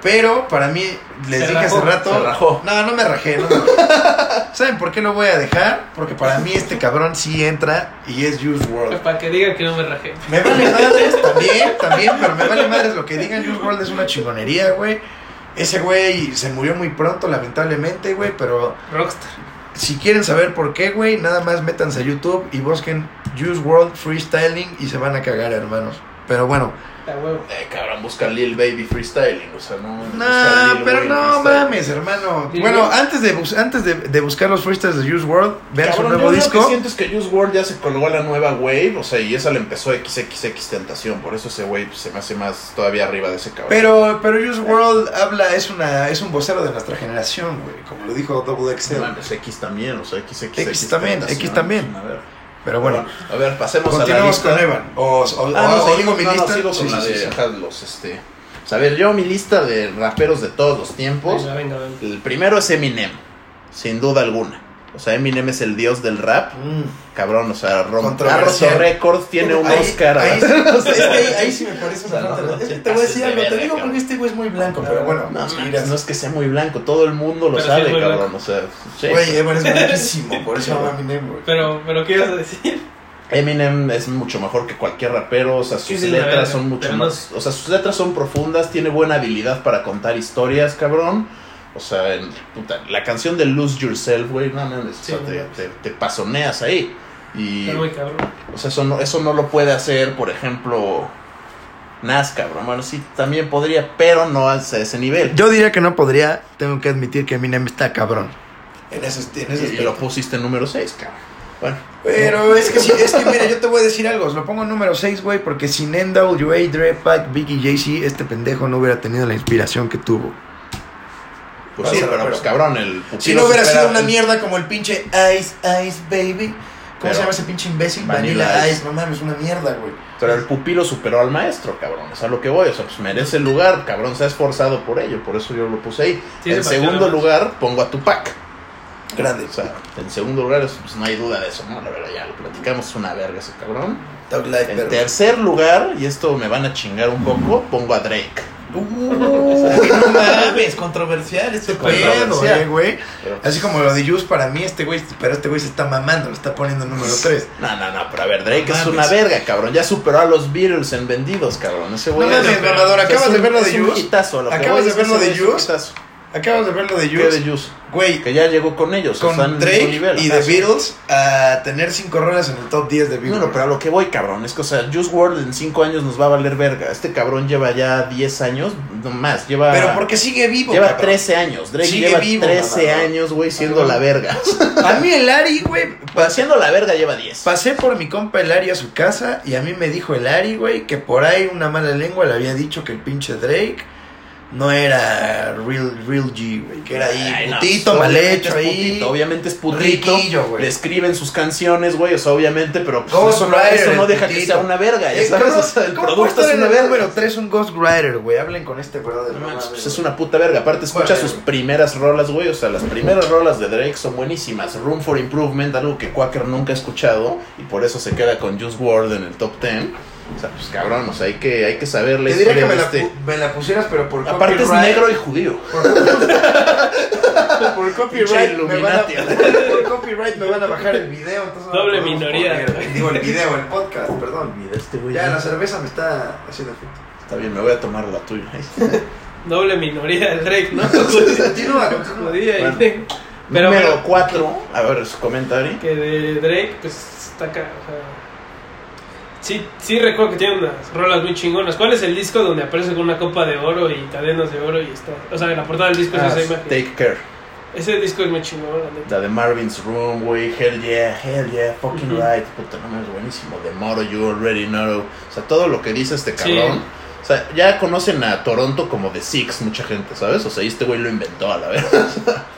[SPEAKER 1] Pero para mí, les
[SPEAKER 3] Se
[SPEAKER 1] dije hace
[SPEAKER 3] rajó,
[SPEAKER 1] rato.
[SPEAKER 2] se rajó.
[SPEAKER 1] No, no me rajé. No me rajé. ¿Saben por qué lo voy a dejar? Porque para mí este cabrón sí entra y es Juice World.
[SPEAKER 3] Para que digan que no me rajé.
[SPEAKER 1] Me vale madres también, también, pero me vale madres lo que digan. Juice World es una chingonería, güey. Ese güey se murió muy pronto, lamentablemente, güey. Pero
[SPEAKER 3] Rockstar.
[SPEAKER 1] si quieren saber por qué, güey, nada más métanse a YouTube y busquen Juice World Freestyling y se van a cagar, hermanos. Pero bueno.
[SPEAKER 3] La huevo.
[SPEAKER 2] Eh, cabrón, busca Lil Baby Freestyling, o sea, no... busca
[SPEAKER 1] No,
[SPEAKER 2] Lil
[SPEAKER 1] pero
[SPEAKER 2] Wayne
[SPEAKER 1] no
[SPEAKER 2] freestyling.
[SPEAKER 1] mames, hermano.
[SPEAKER 3] Sí,
[SPEAKER 1] Bueno,
[SPEAKER 3] güey.
[SPEAKER 1] antes de, bus- antes de, de buscar los freestyles de Use World, vean su
[SPEAKER 2] Cabrón,
[SPEAKER 1] nuevo
[SPEAKER 2] yo Lo que
[SPEAKER 1] disco.
[SPEAKER 2] siento es que Juice WRLD ya se colgó a la nueva wave, o sea, y esa le empezó XXX Tentación, por eso ese wave se me hace más todavía arriba de ese cabrón.
[SPEAKER 1] Pero, pero Use World habla, es una, es un vocero de nuestra generación, güey. Como lo dijo Double
[SPEAKER 2] No
[SPEAKER 1] XL.
[SPEAKER 2] mames, X también, o sea, XXX
[SPEAKER 1] X también,
[SPEAKER 2] Tentación,
[SPEAKER 1] X también.
[SPEAKER 2] A ver,
[SPEAKER 1] Pero bueno,
[SPEAKER 2] a ver, pasemos a la
[SPEAKER 1] continuamos
[SPEAKER 2] lista.
[SPEAKER 1] con Evan. O, o-
[SPEAKER 2] Ah,
[SPEAKER 1] o-
[SPEAKER 2] no,
[SPEAKER 1] o
[SPEAKER 2] seguimos-
[SPEAKER 1] digo mi
[SPEAKER 2] no, no,
[SPEAKER 1] lista.
[SPEAKER 2] sigo con
[SPEAKER 1] Sí,
[SPEAKER 2] la
[SPEAKER 1] sí,
[SPEAKER 2] de
[SPEAKER 1] sí.
[SPEAKER 2] ajá, los, este... o sea, a ver, yo mi lista de raperos de todos los tiempos,
[SPEAKER 3] Venga, venga, venga.
[SPEAKER 2] el primero es Eminem, sin duda alguna. O sea, Eminem es el dios del rap.
[SPEAKER 1] Mm.
[SPEAKER 2] Cabrón, o sea, Rom ha roto
[SPEAKER 1] Controversial.
[SPEAKER 2] récords, tiene un
[SPEAKER 1] Ahí-
[SPEAKER 2] Oscar.
[SPEAKER 1] Ahí, sí- es que ahí- ahí sí me parece
[SPEAKER 2] O sea,
[SPEAKER 1] una
[SPEAKER 2] no,
[SPEAKER 1] falta de-
[SPEAKER 2] no
[SPEAKER 1] es que
[SPEAKER 2] te
[SPEAKER 1] Te voy a
[SPEAKER 2] pases
[SPEAKER 1] decir
[SPEAKER 2] de
[SPEAKER 1] algo, te
[SPEAKER 2] verga,
[SPEAKER 1] digo
[SPEAKER 2] cabrón.
[SPEAKER 1] porque este güey es muy blanco, pero bueno.
[SPEAKER 2] No,
[SPEAKER 1] sí,
[SPEAKER 2] mames,
[SPEAKER 1] mira,
[SPEAKER 2] no es que sea muy blanco, todo el mundo lo
[SPEAKER 3] Pero sí
[SPEAKER 2] sabe,
[SPEAKER 3] es muy
[SPEAKER 2] cabrón.
[SPEAKER 3] blanco.
[SPEAKER 2] O sea, sí.
[SPEAKER 1] Güey, Evan es buenísimo, por eso ama a Eminem, güey.
[SPEAKER 3] Pero, pero, ¿qué ibas a decir?
[SPEAKER 2] Eminem es mucho mejor que cualquier rapero, o sea,
[SPEAKER 3] Sí,
[SPEAKER 2] sus
[SPEAKER 3] sí, la
[SPEAKER 2] letras
[SPEAKER 3] verga,
[SPEAKER 2] son mucho
[SPEAKER 3] pero no-
[SPEAKER 2] más, o sea, sus letras son profundas, tiene buena habilidad para contar historias, cabrón. O sea, en- puta, la canción de Lose Yourself, güey, no mames, o
[SPEAKER 3] Sí,
[SPEAKER 2] sea,
[SPEAKER 3] no
[SPEAKER 2] te,
[SPEAKER 3] mames.
[SPEAKER 2] te- te pasoneas ahí. Y,
[SPEAKER 3] Está muy cabrón.
[SPEAKER 2] o sea, eso no, eso no lo puede hacer, por ejemplo, Nas, cabrón. Bueno, sí, también podría, pero no a ese ese nivel.
[SPEAKER 1] Yo diría que no podría, tengo que admitir que Eminem está cabrón. En esos en ese
[SPEAKER 2] Y
[SPEAKER 1] aspecto.
[SPEAKER 2] lo pusiste en número 6, cabrón. Bueno,
[SPEAKER 1] Pero es que, sí, es que mira, yo te voy a decir algo, lo pongo en número 6, güey, porque sin NWA, Dre, Pac, Biggie, Jay-Z, este pendejo no hubiera tenido la inspiración que tuvo.
[SPEAKER 2] pues sí,
[SPEAKER 1] Pasa,
[SPEAKER 2] pero
[SPEAKER 1] pero-
[SPEAKER 2] pues cabrón, el
[SPEAKER 1] Si
[SPEAKER 2] pupilo
[SPEAKER 1] no hubiera
[SPEAKER 2] supera
[SPEAKER 1] sido una
[SPEAKER 2] el-
[SPEAKER 1] mierda como el pinche Ice Ice Baby. ¿Cómo
[SPEAKER 2] Pero-
[SPEAKER 1] se llama ese pinche imbécil?
[SPEAKER 2] Vanilla
[SPEAKER 1] Vanilla,
[SPEAKER 2] Ice.
[SPEAKER 1] Ice. no mames, una mierda, güey.
[SPEAKER 2] Pero el pupilo superó al maestro, cabrón. O sea, lo que voy, o sea, pues merece el lugar, cabrón. Se ha esforzado por ello, por eso yo lo puse ahí.
[SPEAKER 3] Sí,
[SPEAKER 2] en
[SPEAKER 3] se partió
[SPEAKER 2] segundo
[SPEAKER 3] la-
[SPEAKER 2] lugar, pongo a Tupac.
[SPEAKER 1] Grande.
[SPEAKER 2] O sea, en segundo lugar, eso, pues no hay duda de eso, ¿no? La verdad, ya lo platicamos, es una verga ese cabrón.
[SPEAKER 1] Talk Life,
[SPEAKER 2] En
[SPEAKER 1] pero-
[SPEAKER 2] tercer lugar, y esto me van a chingar un poco, pongo a Drake.
[SPEAKER 1] Uh, no mames, controversial este
[SPEAKER 2] Controversial.
[SPEAKER 1] pedo, eh, güey.
[SPEAKER 2] Pero, pues,
[SPEAKER 1] Así como lo de Yus, para mí este güey, pero este güey se está mamando, lo está poniendo número 3.
[SPEAKER 2] No, no, no, pero a ver, Drake
[SPEAKER 1] No
[SPEAKER 2] es
[SPEAKER 1] mames.
[SPEAKER 2] una verga, cabrón. Ya superó a los Beatles en vendidos, cabrón. Ese
[SPEAKER 1] No
[SPEAKER 2] güey es-
[SPEAKER 1] mames, mamador,
[SPEAKER 2] o sea,
[SPEAKER 1] ¿acabas
[SPEAKER 2] es
[SPEAKER 1] de
[SPEAKER 2] un-
[SPEAKER 1] ver lo
[SPEAKER 2] es
[SPEAKER 1] de
[SPEAKER 2] un
[SPEAKER 1] Juice?
[SPEAKER 2] hitazo, a lo que
[SPEAKER 1] ¿Acabas
[SPEAKER 2] voy
[SPEAKER 1] de
[SPEAKER 2] es
[SPEAKER 1] ver
[SPEAKER 2] ese
[SPEAKER 1] lo de
[SPEAKER 2] güey es un
[SPEAKER 1] Juice?
[SPEAKER 2] hitazo.
[SPEAKER 1] Acabas de ver lo de
[SPEAKER 2] ¿Qué de
[SPEAKER 1] Yus,
[SPEAKER 2] Juice?
[SPEAKER 1] güey,
[SPEAKER 2] Que ya llegó con ellos. o sea, en
[SPEAKER 1] con
[SPEAKER 2] el
[SPEAKER 1] Drake
[SPEAKER 2] mismo nivel,
[SPEAKER 1] y
[SPEAKER 2] ajá,
[SPEAKER 1] The
[SPEAKER 2] sí.
[SPEAKER 1] Beatles a tener 5 rolas en el top 10 de Billboard.
[SPEAKER 2] Bueno, pero a lo que voy, cabrón, es que, o sea, Juice WRLD en 5 años nos va a valer verga. Este cabrón lleva ya 10 años, no más, lleva...
[SPEAKER 1] Pero porque sigue vivo,
[SPEAKER 2] Lleva
[SPEAKER 1] cabrón.
[SPEAKER 2] 13 años, Drake
[SPEAKER 1] Sigue
[SPEAKER 2] lleva
[SPEAKER 1] vivo,
[SPEAKER 2] 13
[SPEAKER 1] mamá, ¿no?
[SPEAKER 2] años, güey, siendo la verga.
[SPEAKER 1] A mí el Ari, güey, pasé,
[SPEAKER 2] Siendo la verga lleva 10.
[SPEAKER 1] pasé por mi compa el Ari a su casa y a mí me dijo el Ari, güey, que por ahí una mala lengua le había dicho que el pinche Drake no era real, real G, güey, que era ahí
[SPEAKER 2] Ay, no,
[SPEAKER 1] putito,
[SPEAKER 2] pues,
[SPEAKER 1] mal
[SPEAKER 2] obviamente
[SPEAKER 1] hecho
[SPEAKER 2] es
[SPEAKER 1] ahí.
[SPEAKER 2] putito, obviamente es putito.
[SPEAKER 1] Riquillo, güey.
[SPEAKER 2] Le escriben sus canciones, güey, o sea, obviamente, pero pues,
[SPEAKER 1] Ghost
[SPEAKER 2] eso, no,
[SPEAKER 1] Rider,
[SPEAKER 2] eso no
[SPEAKER 1] el
[SPEAKER 2] deja que
[SPEAKER 1] putito.
[SPEAKER 2] sea una verga, ya
[SPEAKER 1] Eh,
[SPEAKER 2] sabes,
[SPEAKER 1] cabrón,
[SPEAKER 2] o sea, el
[SPEAKER 1] ¿cómo
[SPEAKER 2] producto
[SPEAKER 1] puede
[SPEAKER 2] es una
[SPEAKER 1] estar en el
[SPEAKER 2] verga.
[SPEAKER 1] número 3 un Ghost Rider, güey? Hablen con este brother.
[SPEAKER 2] No
[SPEAKER 1] no
[SPEAKER 2] manches,
[SPEAKER 1] mames,
[SPEAKER 2] pues es
[SPEAKER 1] güey.
[SPEAKER 2] una puta verga. Aparte, escucha
[SPEAKER 1] Bueno,
[SPEAKER 2] sus primeras rolas, güey. O sea, las primeras rolas de Drake son buenísimas. Room for Improvement, algo que Quaker nunca ha escuchado. Y por eso se queda con Juice WRLD en el top 10. O sea, pues cabrón, o sea, hay que, hay que saber la
[SPEAKER 1] Te diría
[SPEAKER 2] historia
[SPEAKER 1] que me
[SPEAKER 2] de
[SPEAKER 1] la,
[SPEAKER 2] este.
[SPEAKER 1] pu- me la pusieras, pero por
[SPEAKER 2] Aparte es
[SPEAKER 1] copyright-
[SPEAKER 2] negro y judío.
[SPEAKER 1] Por, por copyright me van a,
[SPEAKER 2] Illuminati.
[SPEAKER 1] por copyright me van a bajar el video. entonces no
[SPEAKER 3] Doble
[SPEAKER 1] lo podemos
[SPEAKER 3] minoría.
[SPEAKER 1] poner. Digo, el video, el podcast, perdón.
[SPEAKER 2] Este güey.
[SPEAKER 1] Ya la cerveza me está haciendo efecto.
[SPEAKER 2] Está bien, me voy a tomar la tuya.
[SPEAKER 3] Doble minoría del Drake, ¿no?
[SPEAKER 1] Continúa, continúa.
[SPEAKER 3] Judía y
[SPEAKER 2] Bueno.
[SPEAKER 3] Drake. Pero
[SPEAKER 2] Número
[SPEAKER 3] bueno,
[SPEAKER 2] 4. A ver, su comentario.
[SPEAKER 3] que de Drake, pues está acá. O sea, sí, sí recuerdo que tiene unas rolas muy chingonas. ¿Cuál es el disco donde aparece con una copa de oro y cadenas de oro y está? O sea, en la portada del disco
[SPEAKER 1] Ah,
[SPEAKER 3] es esa imagen.
[SPEAKER 2] Take care.
[SPEAKER 3] Ese disco es muy chingón, la neta.
[SPEAKER 2] La de Marvin's Room, güey, hell yeah, hell yeah, fucking
[SPEAKER 3] Ujú.
[SPEAKER 2] right, puta, no mames, buenísimo, de Moro, you already know, o sea, todo lo que dice este cabrón,
[SPEAKER 3] Sí.
[SPEAKER 2] o sea, ya conocen a Toronto como The Six, mucha gente, ¿sabes? O sea, y este güey lo inventó a la vez.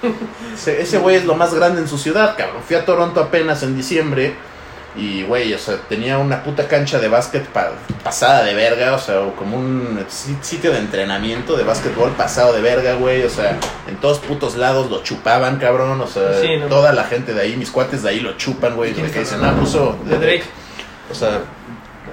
[SPEAKER 2] ese ese güey es lo más grande en su ciudad, cabrón, fui a Toronto apenas en diciembre y, güey, o sea, tenía una puta cancha de básquet pa- pasada de verga, o sea, o como un si- sitio de entrenamiento de básquetbol pasado de verga, güey, o sea, en todos putos lados lo chupaban, cabrón, o sea,
[SPEAKER 3] Sí, no.
[SPEAKER 2] toda la gente de ahí, mis cuates de ahí lo chupan, güey,
[SPEAKER 3] ¿Quién
[SPEAKER 2] de que
[SPEAKER 3] está
[SPEAKER 2] dicen, ah, puso
[SPEAKER 3] De Drake,
[SPEAKER 2] o sea,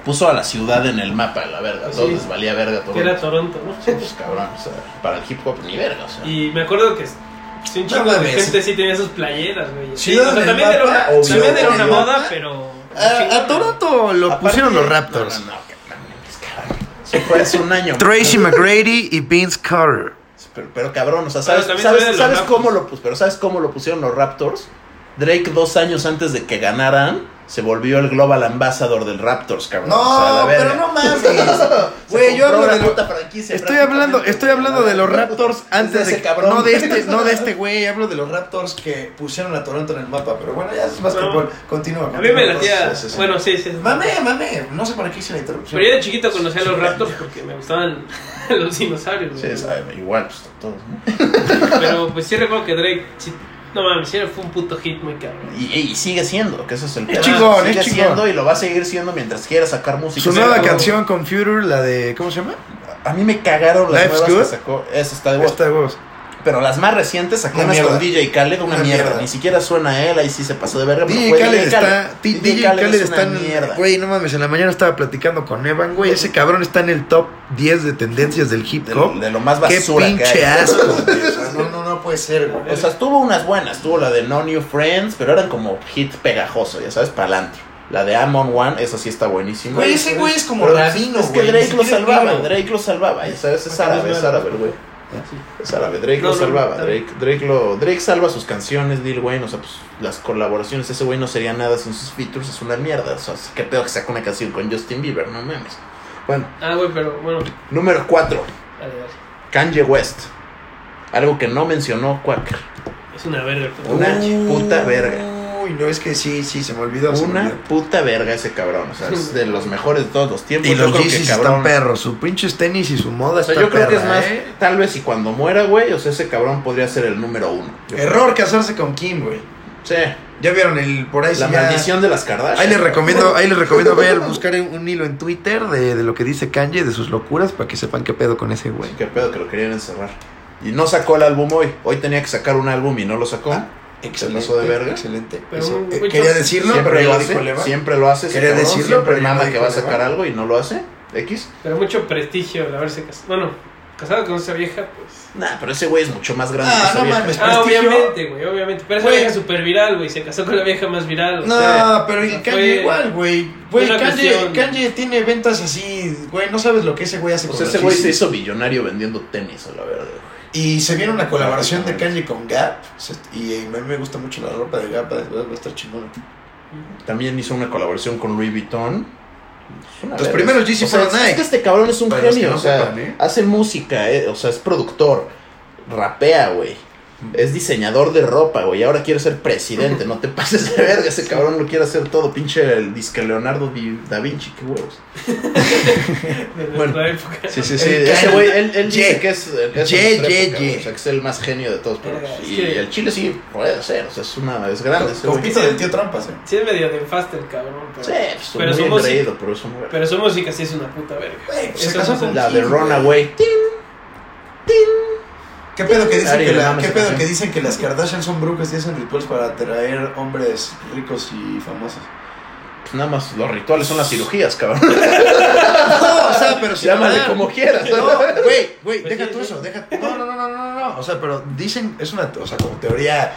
[SPEAKER 2] puso a la ciudad en el mapa, la verga,
[SPEAKER 3] Sí.
[SPEAKER 2] todos les valía verga todo.
[SPEAKER 3] que era Toronto,
[SPEAKER 2] Sí,
[SPEAKER 3] ¿no?
[SPEAKER 2] pues, cabrón, o sea, para el hip hop ni verga, o sea.
[SPEAKER 3] Y me acuerdo que sí, un chingo de
[SPEAKER 1] mames.
[SPEAKER 3] gente sí tenía sus playeras, güey.
[SPEAKER 1] Sí,
[SPEAKER 3] o sea,
[SPEAKER 1] en el
[SPEAKER 3] también era
[SPEAKER 1] mapa,
[SPEAKER 3] una,
[SPEAKER 1] obvio,
[SPEAKER 3] también era una
[SPEAKER 1] obvio.
[SPEAKER 3] moda, pero.
[SPEAKER 1] A, a Toronto lo
[SPEAKER 2] Aparte-
[SPEAKER 1] pusieron los Raptors.
[SPEAKER 2] No, no, no, que- no, mames, cabrón. Sí, fue hace un año.
[SPEAKER 1] Tracy McGrady y Vince Carter.
[SPEAKER 2] Pero, pero cabrón, o sea,
[SPEAKER 3] Pero
[SPEAKER 2] ¿sabes, sabes,
[SPEAKER 3] también sabía de los
[SPEAKER 2] sabes
[SPEAKER 3] Raptors.
[SPEAKER 2] cómo lo pus- pero ¿sabes cómo lo pusieron los Raptors? Drake dos años antes de que ganaran, se volvió el global ambassador del Raptors, cabrón.
[SPEAKER 1] No,
[SPEAKER 2] O sea, la verga.
[SPEAKER 1] pero no mames.
[SPEAKER 2] Se
[SPEAKER 1] Güey, yo
[SPEAKER 2] compró
[SPEAKER 1] hablo
[SPEAKER 2] la
[SPEAKER 1] de lo-
[SPEAKER 2] puta franquicia
[SPEAKER 1] Estoy hablando,
[SPEAKER 2] prácticamente.
[SPEAKER 1] estoy hablando de los Raptors antes
[SPEAKER 2] ese
[SPEAKER 1] de que-
[SPEAKER 2] cabrón.
[SPEAKER 1] no de este, no de este güey, hablo de los Raptors que pusieron a Toronto en el mapa, pero bueno, ya es básquetbol, continúa.
[SPEAKER 3] A mí me
[SPEAKER 1] continúa,
[SPEAKER 3] latía.
[SPEAKER 1] entonces, sí, sí.
[SPEAKER 3] Bueno, sí, sí. sí.
[SPEAKER 1] Mame, mame, no sé para qué hice la interrupción.
[SPEAKER 3] Pero yo de chiquito conocía a los
[SPEAKER 1] Sí,
[SPEAKER 3] Raptors porque me gustaban los dinosaurios.
[SPEAKER 2] Sí,
[SPEAKER 3] güey.
[SPEAKER 2] es- ah, igual, pues todos, ¿no?
[SPEAKER 3] Pero pues sí recuerdo que Drake. sí- no mames, sí fue un puto hit muy cabrón.
[SPEAKER 2] Y, y sigue siendo, que eso es el
[SPEAKER 1] Es chingón,
[SPEAKER 2] sigue
[SPEAKER 1] es chingón.
[SPEAKER 2] siendo y lo va a seguir siendo mientras quiera sacar música.
[SPEAKER 1] Su nueva
[SPEAKER 2] Pero
[SPEAKER 1] canción con Future, la de ¿cómo se llama?
[SPEAKER 2] A mí me cagaron las
[SPEAKER 1] Life's
[SPEAKER 2] nuevas
[SPEAKER 1] Good.
[SPEAKER 2] que sacó. Esa está de
[SPEAKER 1] Esta de voz.
[SPEAKER 2] Pero las más recientes sacó
[SPEAKER 1] Una
[SPEAKER 2] unas con
[SPEAKER 1] mierda.
[SPEAKER 2] DJ Khaled, una,
[SPEAKER 1] Una
[SPEAKER 2] mierda.
[SPEAKER 1] mierda.
[SPEAKER 2] Ni siquiera suena a él, ahí sí se pasó de verga. pero,
[SPEAKER 1] DJ
[SPEAKER 2] güey,
[SPEAKER 1] Khaled está,
[SPEAKER 2] DJ
[SPEAKER 1] DJ
[SPEAKER 2] Khaled
[SPEAKER 1] Khaled
[SPEAKER 2] es
[SPEAKER 1] está
[SPEAKER 2] una mierda.
[SPEAKER 1] en, güey, no mames, en la mañana estaba platicando con Evan, güey, ese cabrón está en el top 10 de tendencias del hip
[SPEAKER 2] De,
[SPEAKER 1] hop.
[SPEAKER 2] de lo más
[SPEAKER 1] Qué
[SPEAKER 2] basura que
[SPEAKER 1] pinche
[SPEAKER 2] hay.
[SPEAKER 1] asco. güey, o sea, No, no, no puede ser, güey.
[SPEAKER 2] O sea, tuvo unas buenas, tuvo la de No New Friends, pero eran como hit pegajoso, ya sabes, palantro. La de Amon One, esa sí está buenísima.
[SPEAKER 1] Güey, ese güey es como
[SPEAKER 2] Pero
[SPEAKER 1] rabino,
[SPEAKER 2] Es que
[SPEAKER 1] güey, ni
[SPEAKER 2] Drake lo
[SPEAKER 1] siquiera es
[SPEAKER 2] salvaba,
[SPEAKER 1] negro.
[SPEAKER 2] Drake lo salvaba, ya sabes, es
[SPEAKER 3] Porque
[SPEAKER 2] árabe,
[SPEAKER 3] no
[SPEAKER 2] es
[SPEAKER 3] es negro.
[SPEAKER 2] árabe, el güey.
[SPEAKER 3] Sí.
[SPEAKER 2] Es árabe, Drake
[SPEAKER 3] No,
[SPEAKER 2] lo
[SPEAKER 3] no,
[SPEAKER 2] salvaba,
[SPEAKER 3] no.
[SPEAKER 2] Drake, Drake lo, Drake salva sus canciones, Lil Wayne, o sea, pues las colaboraciones, ese güey no sería nada sin sus features, es una mierda, o sea, qué pedo que saca una canción con Justin Bieber, no mames. Bueno,
[SPEAKER 3] Ah, güey, pero bueno.
[SPEAKER 2] número 4,
[SPEAKER 3] Dale, dale.
[SPEAKER 2] Kanye West, algo que no mencionó Quaker,
[SPEAKER 3] Es una verga. pero-
[SPEAKER 2] Una puta verga.
[SPEAKER 1] Uy, no, es que sí, sí, se me olvidó. se me
[SPEAKER 2] una
[SPEAKER 1] olvidó.
[SPEAKER 2] puta verga ese cabrón, o sea, es de los mejores de todos los tiempos,
[SPEAKER 1] Y
[SPEAKER 2] yo
[SPEAKER 1] los
[SPEAKER 2] creo que,
[SPEAKER 1] Yeezys
[SPEAKER 2] cabrón,
[SPEAKER 1] están perros. Sus pinches tenis y su moda
[SPEAKER 2] o sea,
[SPEAKER 1] está
[SPEAKER 2] yo creo que es
[SPEAKER 1] perra,
[SPEAKER 2] más,
[SPEAKER 1] ¿eh?
[SPEAKER 2] tal vez y cuando muera, güey, o sea, ese cabrón podría ser el número uno. Yo
[SPEAKER 1] Error casarse con Kim, güey.
[SPEAKER 2] creo. Sí.
[SPEAKER 1] Ya vieron el por ahí.
[SPEAKER 2] La
[SPEAKER 1] sí ya-
[SPEAKER 2] maldición de las Kardashian.
[SPEAKER 1] Ahí les recomiendo, ahí les recomiendo ver, buscar un, un hilo en Twitter de, de lo que dice Kanye, de sus locuras, para que sepan qué pedo con ese güey.
[SPEAKER 2] Qué pedo que lo querían encerrar. Y no sacó el álbum hoy. Hoy tenía que sacar un álbum y no lo sacó. Se pasó de verga.
[SPEAKER 1] Excelente.
[SPEAKER 3] Pero
[SPEAKER 1] Eso,
[SPEAKER 3] un-
[SPEAKER 1] eh,
[SPEAKER 3] un
[SPEAKER 1] quería
[SPEAKER 3] chon-
[SPEAKER 1] Ah, decirlo,
[SPEAKER 2] siempre,
[SPEAKER 1] pero
[SPEAKER 2] lo
[SPEAKER 1] ya
[SPEAKER 2] hace,
[SPEAKER 1] dijo el Eva.
[SPEAKER 2] siempre lo hace. ese
[SPEAKER 1] Quería
[SPEAKER 2] cabrón,
[SPEAKER 1] decirlo,
[SPEAKER 2] siempre
[SPEAKER 1] pero ya
[SPEAKER 2] mama
[SPEAKER 1] lo
[SPEAKER 2] que
[SPEAKER 1] dijo
[SPEAKER 2] va a
[SPEAKER 1] el
[SPEAKER 2] sacar
[SPEAKER 1] Eva.
[SPEAKER 2] algo y no lo hace. X.
[SPEAKER 3] Pero mucho prestigio el haberse casado. Bueno, casado con esa vieja, pues.
[SPEAKER 2] Nah, pero ese güey es mucho más grande.
[SPEAKER 1] Ah,
[SPEAKER 2] que esa
[SPEAKER 1] no
[SPEAKER 2] vieja.
[SPEAKER 1] mames.
[SPEAKER 3] Ah,
[SPEAKER 1] Prestigio.
[SPEAKER 3] obviamente, güey, obviamente. Pero esa
[SPEAKER 1] Güey.
[SPEAKER 3] vieja es súper viral, güey. Se casó con la vieja más viral. o sea,
[SPEAKER 1] No, pero el
[SPEAKER 3] Fue
[SPEAKER 1] Kanye igual, güey. Güey,
[SPEAKER 3] una
[SPEAKER 1] Kanye,
[SPEAKER 3] cuestión-
[SPEAKER 1] Kanye tiene ventas así, güey. No sabes lo que ese güey hace
[SPEAKER 2] O
[SPEAKER 1] con
[SPEAKER 2] sea,
[SPEAKER 1] los
[SPEAKER 2] ese güey se
[SPEAKER 1] Yeezys.
[SPEAKER 2] hizo millonario vendiendo tenis, a la verdad. güey.
[SPEAKER 1] Y se viene una colaboración de Kanye con Gap. se- Y eh, a mí me gusta mucho la ropa de Gap. eh, Va va a estar chingona.
[SPEAKER 2] También hizo una colaboración con Louis Vuitton. Es una
[SPEAKER 1] Los
[SPEAKER 2] verga.
[SPEAKER 1] primeros Yeezy
[SPEAKER 2] O sea,
[SPEAKER 1] fueron
[SPEAKER 2] es- Es
[SPEAKER 1] Nike.
[SPEAKER 2] que este cabrón es un
[SPEAKER 1] Para los que
[SPEAKER 2] genio.
[SPEAKER 1] no
[SPEAKER 2] o sea,
[SPEAKER 1] sepan, ¿eh?
[SPEAKER 2] hace música, eh, o sea, es productor, rapea, güey. Es diseñador de ropa, güey. y Ahora quiere ser presidente. No te pases de verga. Ese cabrón lo quiere hacer todo. Pinche el disque Leonardo Di- da Vinci. Qué huevos.
[SPEAKER 3] De nuestra
[SPEAKER 2] bueno.
[SPEAKER 3] época.
[SPEAKER 2] Sí, sí, sí.
[SPEAKER 1] El
[SPEAKER 2] Ese
[SPEAKER 1] Kanye.
[SPEAKER 2] güey, él, él dice
[SPEAKER 1] Ye.
[SPEAKER 2] que es, que es
[SPEAKER 1] Ye,
[SPEAKER 2] nuestra
[SPEAKER 1] ye,
[SPEAKER 2] época,
[SPEAKER 1] ye.
[SPEAKER 2] güey, O sea, que es el más genio de todos. Pero, pues,
[SPEAKER 3] Es
[SPEAKER 2] y
[SPEAKER 3] que-
[SPEAKER 2] el Chile sí puede ser. O sea, es una... Es grande ese güey.
[SPEAKER 1] Compito del tío Trampas, eh.
[SPEAKER 3] Sí, es medio de fast el cabrón. Pero,
[SPEAKER 2] Sí, pues,
[SPEAKER 3] pero
[SPEAKER 2] muy
[SPEAKER 3] su música-
[SPEAKER 2] engreído, pero es un güey.
[SPEAKER 3] pero su música sí es una puta verga.
[SPEAKER 1] Güey, pues,
[SPEAKER 3] Eso
[SPEAKER 1] se casó
[SPEAKER 3] no se-
[SPEAKER 1] con
[SPEAKER 2] La de
[SPEAKER 1] Kim, güey.
[SPEAKER 2] Runaway.
[SPEAKER 1] ¿Qué pedo que dicen
[SPEAKER 2] Ari,
[SPEAKER 1] que, la-
[SPEAKER 2] no mames,
[SPEAKER 1] qué pedo
[SPEAKER 2] canción.
[SPEAKER 1] que dicen que las Kardashian son brujas y hacen rituales para atraer hombres ricos y famosos?
[SPEAKER 2] Pues nada más los rituales son las cirugías, cabrón.
[SPEAKER 1] No, o sea, pero
[SPEAKER 2] Llámale como quieras.
[SPEAKER 1] No, güey, güey,
[SPEAKER 3] Pues
[SPEAKER 1] deja
[SPEAKER 3] sí,
[SPEAKER 1] tú
[SPEAKER 3] sí.
[SPEAKER 1] eso, deja. No, no, no, no, no, no, no. O sea, pero dicen, es una, o sea, como teoría,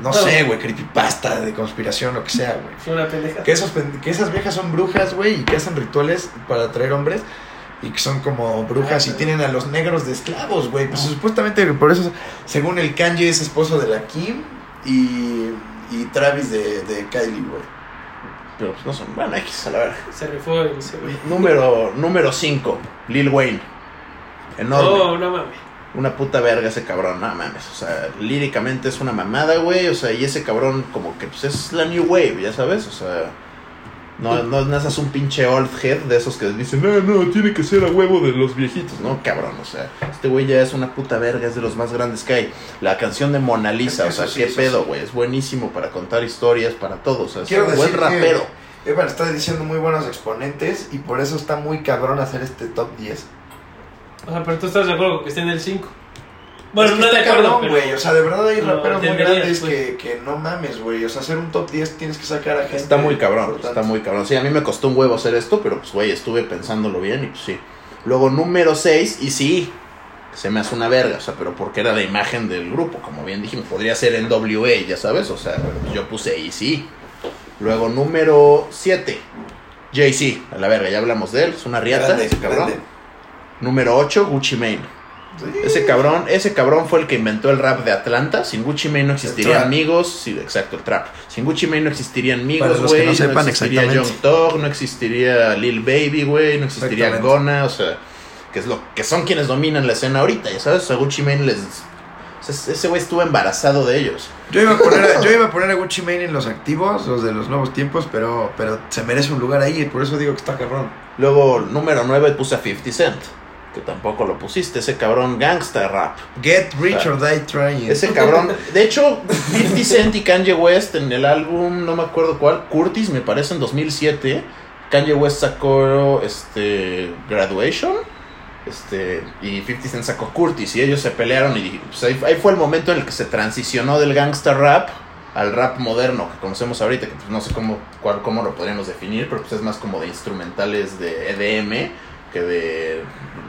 [SPEAKER 1] no sé, güey, creepypasta de conspiración, lo que sea, güey.
[SPEAKER 3] Fue una pendeja.
[SPEAKER 1] Que, esos, pend- que esas viejas son brujas, güey, y que hacen rituales para atraer hombres. Y que son como brujas y tienen a los negros de esclavos, güey. Pues supuestamente por eso, según el Kanye, es esposo de la Kim y, y Travis de, de Kylie, güey.
[SPEAKER 2] Pero pues no son. Bueno, X a la verga.
[SPEAKER 3] Se rifó y se güey.
[SPEAKER 2] Número 5. Lil Wayne. Enorme.
[SPEAKER 3] No, no mames.
[SPEAKER 2] Una puta verga ese cabrón. No mames. O sea, líricamente es una mamada, güey. O sea, y ese cabrón, como que pues es la new wave, ya sabes. O sea. No, no, no es un pinche old head de esos que dicen, no, no, tiene que ser a huevo de los viejitos. No, cabrón, o sea, este güey ya es una puta verga, es de los más grandes que hay. La canción de Mona Lisa, o sea,
[SPEAKER 1] Eso sí,
[SPEAKER 2] qué
[SPEAKER 1] eso
[SPEAKER 2] pedo, güey, es buenísimo para contar historias, para todo, o sea, es
[SPEAKER 1] Quiero
[SPEAKER 2] un buen
[SPEAKER 1] decir que-
[SPEAKER 2] rapero.
[SPEAKER 1] Evan está diciendo muy buenos exponentes y por eso está muy cabrón hacer este top 10.
[SPEAKER 3] O sea, pero tú estás de acuerdo con que esté en el 5. Bueno,
[SPEAKER 1] Es que
[SPEAKER 3] no de
[SPEAKER 1] está
[SPEAKER 3] acuerdo,
[SPEAKER 1] cabrón,
[SPEAKER 3] pero-
[SPEAKER 1] güey. O sea, de verdad hay
[SPEAKER 3] pero
[SPEAKER 1] raperos muy
[SPEAKER 3] entenderías,
[SPEAKER 1] grandes
[SPEAKER 3] pues.
[SPEAKER 1] que, que no mames, güey. O sea, hacer un top 10 tienes que sacar a gente.
[SPEAKER 2] Está muy cabrón,
[SPEAKER 1] importante.
[SPEAKER 2] está muy cabrón. Sí, a mí me costó un huevo hacer esto, pero pues, güey, estuve pensándolo bien y pues sí. Luego, número 6, y sí, se me hace una verga, o sea, pero porque era la imagen del grupo, como bien dijimos, podría ser en WA, ya sabes, o sea, pero, pues, yo puse y sí. Luego, número 7, Jay-Z, a la verga, ya hablamos de él, es una riata,
[SPEAKER 1] Grande,
[SPEAKER 2] ese cabrón.
[SPEAKER 1] grande.
[SPEAKER 2] Número 8, Gucci Mane. Ese cabrón, ese cabrón fue el que inventó el rap de Atlanta. Sin Gucci Mane no existirían
[SPEAKER 1] trap.
[SPEAKER 2] amigos. Sí, exacto, el trap. Sin Gucci Mane no existirían amigos,
[SPEAKER 1] Para los que
[SPEAKER 2] güey.
[SPEAKER 1] no
[SPEAKER 2] No,
[SPEAKER 1] sepan,
[SPEAKER 2] existiría Young
[SPEAKER 1] exactamente.
[SPEAKER 2] Thug, no existiría Lil Baby, güey. No existiría
[SPEAKER 1] Exactamente.
[SPEAKER 2] Gona, o sea, que es lo que son quienes dominan la escena ahorita, ya sabes. O sea, Gucci Mane les. o sea, ese güey estuvo embarazado de ellos.
[SPEAKER 1] Yo iba a poner a, yo iba a, poner a Gucci Mane en los activos, los de los nuevos tiempos, pero, pero se merece un lugar ahí, por eso digo que está cabrón.
[SPEAKER 2] Luego, número 9, puse a 50 Cent. Que tampoco lo pusiste, ese cabrón gangsta rap.
[SPEAKER 1] Get Rich or Die Trying.
[SPEAKER 2] Ese cabrón. De hecho, 50 Cent y Kanye West en el álbum, no me acuerdo cuál, Curtis, me parece en 2007. Kanye West sacó este Graduation. Este, y 50 Cent sacó Curtis y ellos se pelearon y pues, ahí, ahí fue el momento en el que se transicionó del gangster rap al rap moderno que conocemos ahorita, que pues, no sé cómo, cuál, cómo lo podríamos definir, pero pues es más como de instrumentales de EDM que de